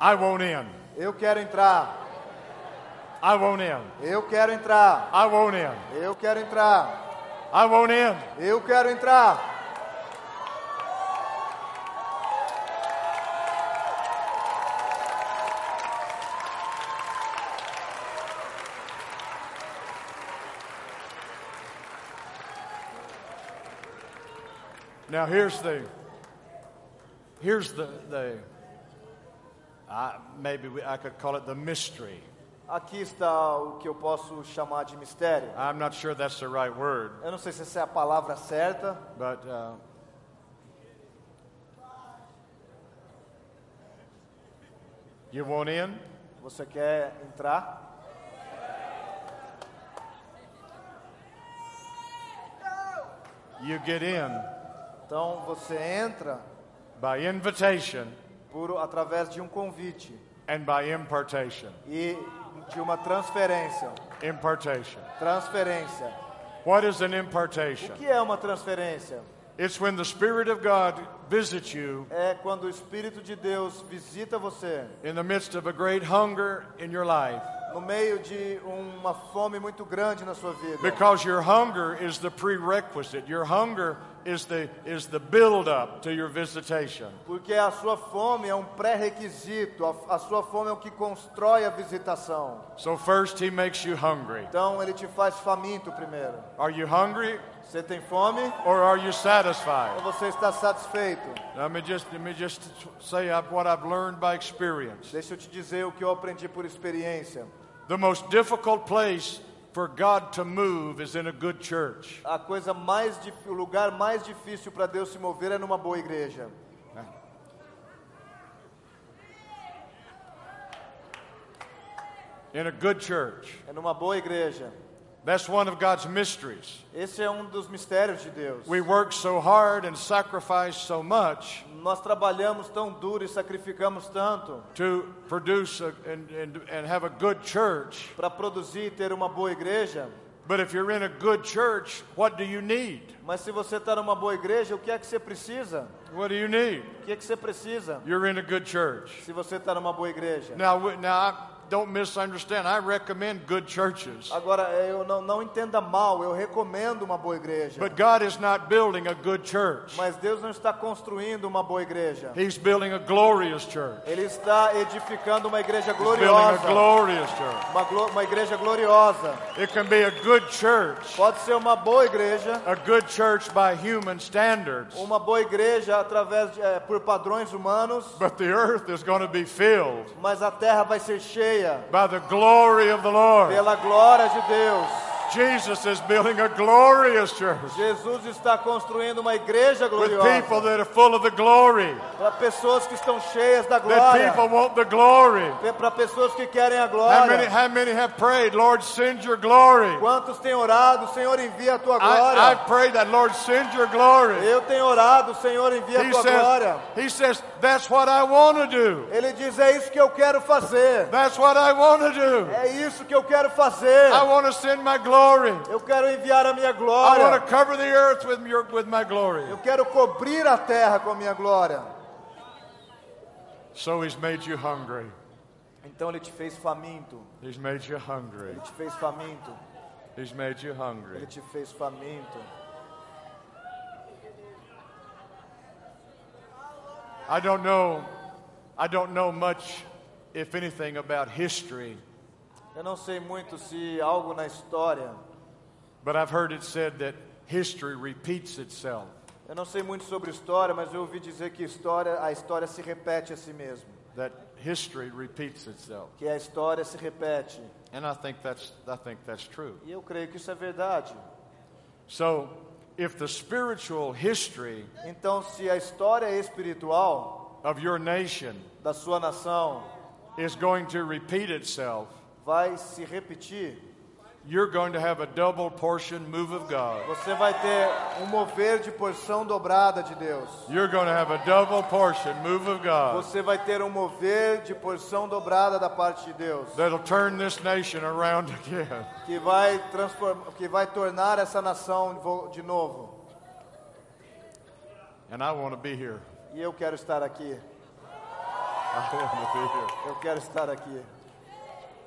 I want in. eu quero entrar. I want in. Eu quero entrar. I want in. Eu quero entrar. I want in. Eu quero entrar. Now here's the here's the the I, maybe we, I could call it the mystery. Aqui está o que eu posso chamar de mistério. I'm not sure that's the right word, Eu não sei se essa é a palavra certa, but uh, you want in? Você quer entrar? You get in Então você entra by invitation por através de um convite and by impartation. e de uma transferência. Impartation. Transferência. What is an O impartation? que é uma transferência? It's when the Spirit of God visits you É quando o Espírito de Deus visita você in the midst of a great hunger in your life. no meio de uma fome muito grande na sua vida. Because your hunger is the prerequisite. Your hunger is the is the buildup to your visitation. Porque a sua fome é um pré-requisito, a, a sua fome é o que constrói a visitação. So first he makes you hungry. Então ele te faz faminto primeiro. Are you hungry Você tem fome or are you satisfied? ou você está satisfeito? Let me just let me just say I've, what I've learned by experience. Deixa eu te dizer o que eu aprendi por experiência. The most difficult place for God to move is in a good church. A coisa mais dif- o lugar mais difícil para Deus se mover é numa boa igreja. In a good church. É numa boa igreja. That's one of God's mysteries. Esse é um dos mistérios de Deus. We work so hard and sacrifice so much Nós trabalhamos tão duro e sacrificamos tanto to produce a, and, and, and have a good church. para produzir e ter uma boa igreja. But if you're in a good church, what do you need? Mas se você está numa boa igreja, o que é que você precisa? What do you need? O que é que você precisa? You're in a good church. Se você está numa boa igreja. Now, w- now, I don't misunderstand. I recommend good churches, Agora, eu não, não entenda mal, eu recomendo uma boa igreja. but God is not building a good church. Mas Deus não está construindo uma boa igreja. He's building a glorious church. Ele está edificando uma igreja He's building a gloriosa. glorious church. Uma, glo- uma igreja gloriosa. It can be a good church, Pode ser uma boa igreja, a good church by human standards, uma boa igreja através de, eh, por padrões humanos, but the earth is going to be filled mas a terra vai ser cheia by the glory of the Lord. pela glória de Deus. Jesus is building a glorious church Jesus está construindo uma igreja with people gloriosa that are full of the glory. para pessoas que estão cheias da that glória, people want the glory. para pessoas que querem a How many, glória. how many have prayed, Lord, send your glory? Quantos têm orado, Senhor, envia a tua I, I've glória. prayed that, Lord, send your glory. Eu tenho orado, Senhor, envia a He tua glória. says, he says, that's what I want to do. Ele diz: É isso que eu quero fazer. That's what I want to do. É isso que eu quero fazer. I want to send my glory. Eu quero enviar a minha I want glória. to cover the earth with, your, with my glory. Eu quero cobrir a terra com a minha glória. So he's made you hungry. Então ele te fez faminto. He's made you hungry. Ele te fez faminto. He's made you hungry. Ele te fez faminto. I don't know. I don't know much, if anything, about history, Eu não sei muito se algo na história, but I've heard it said that history repeats itself. eu não sei muito sobre história, mas eu ouvi dizer que história, a história se repete a si mesmo, That history repeats itself, que a história se repete. and I think that's I think that's true. E eu creio que isso é verdade. So, if the spiritual history Então, se a história espiritual of your nation da sua nação is going to repeat itself, vai se repetir, you're going to have a double portion move of God. você vai ter um mover de porção dobrada de Deus. You're going to have a double portion move of God Você vai ter um mover de porção dobrada da parte de Deus, that'll turn this nation around again. que vai transformar, que vai tornar essa nação vo- de novo. And I want to be here. E eu quero estar aqui. I want to be here. Eu quero estar aqui.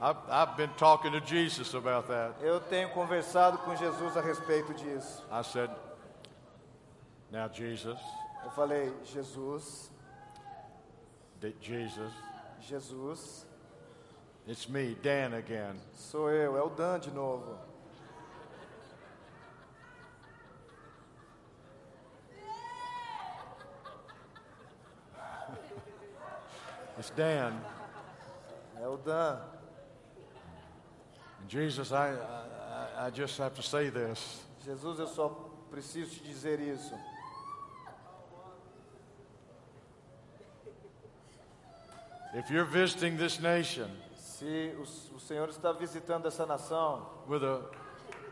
I've, I've been talking to Jesus about that. Eu tenho conversado com Jesus a respeito disso. I said, Now, Jesus, Eu falei, Jesus, that Jesus, Jesus, it's me, Dan, again. sou eu, é o Dan de novo. It's Dan. É o Dan. And Jesus, I, I- I, I just have to say this. Jesus, eu só preciso te dizer isso. If you're visiting this nation Se o, o Senhor está visitando essa nação with a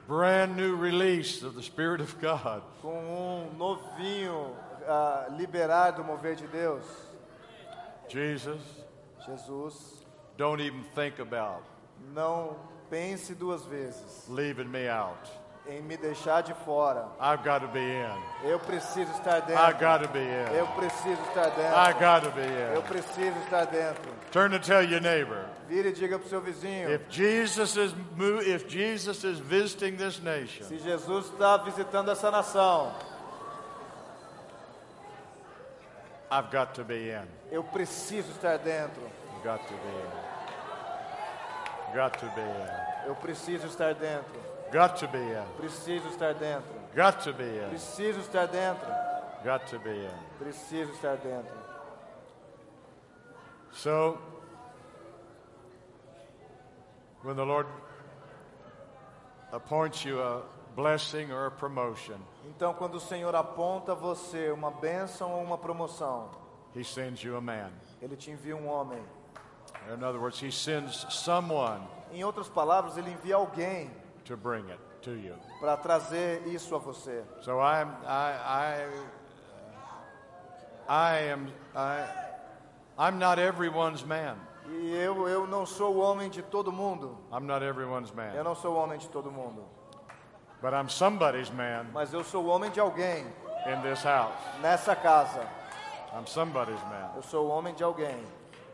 brand new release of the Spirit of God, com um novinho ah, liberar do mover de Deus, Jesus, Jesus, don't even think about não pense duas vezes leaving me out. em me deixar de fora. I've got to be in. Eu preciso estar I dentro. got to be in. Eu preciso estar I dentro. got to be Eu in. preciso estar dentro. Turn to tell your neighbor. Vire e diga para o seu vizinho. If Jesus is mo- if Jesus is visiting this nation, Se Jesus está visitando essa nação, I've got to be in. eu preciso estar dentro. Got to be in. Got to be in. Eu preciso estar dentro. Got to be in. Preciso estar dentro. Got to be in. Preciso estar dentro. Got to be in. Preciso estar dentro. So, when the Lord appoints you a blessing or a promotion, Então, quando o Senhor aponta a você uma bênção ou uma promoção, He sends you a man. Ele te envia um homem. In other words, He sends someone Em outras palavras, Ele envia alguém to bring it to you. para trazer isso a você. So I'm, I, I, I am, I, I'm not everyone's man. E eu, eu não sou o homem de todo mundo. I'm not everyone's Eu man. não sou o homem de todo mundo. But I'm somebody's man Mas eu sou o homem de alguém in this house. nessa casa. I'm somebody's man. Eu sou o homem de alguém.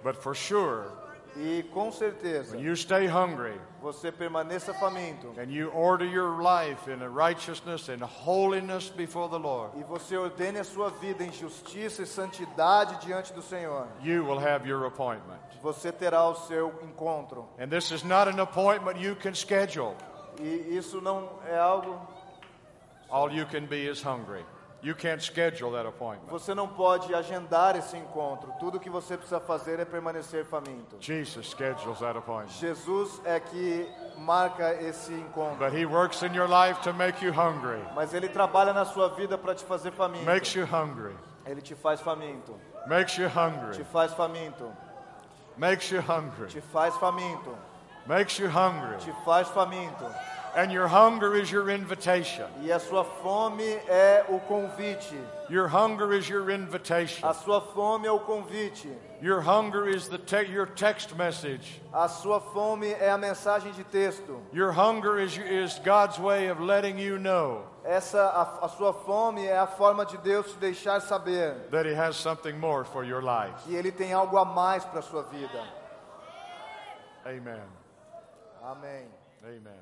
But for sure, E com certeza, when you stay hungry você permaneça faminto and you order your life in righteousness and holiness before the Lord, e você ordene a sua vida em justiça e santidade diante do Senhor, you will have your appointment. você terá o seu encontro. And this is not an appointment you can schedule. E isso não é algo. All you can be is hungry. You can't schedule that appointment. Você não pode agendar esse encontro. Tudo que você precisa fazer é permanecer faminto. Jesus schedules that appointment. Jesus é que marca esse encontro. But he works in your life to make you hungry. Mas ele trabalha na sua vida para te fazer faminto. Makes you hungry. Ele te faz faminto. Makes you hungry. Te faz faminto. Makes you hungry. Te faz faminto. Makes you hungry. Te faz faminto. And your hunger is your invitation. E a sua fome é o convite. Your hunger is your invitation. A sua fome é o convite. Your hunger is the te- your text message. A sua fome é a mensagem de texto. Your hunger is, is God's way of letting you know Essa a, a sua fome é a forma de Deus te deixar saber that He has something more for your life. que ele tem algo a mais para sua vida. Amen. Amém. Amen.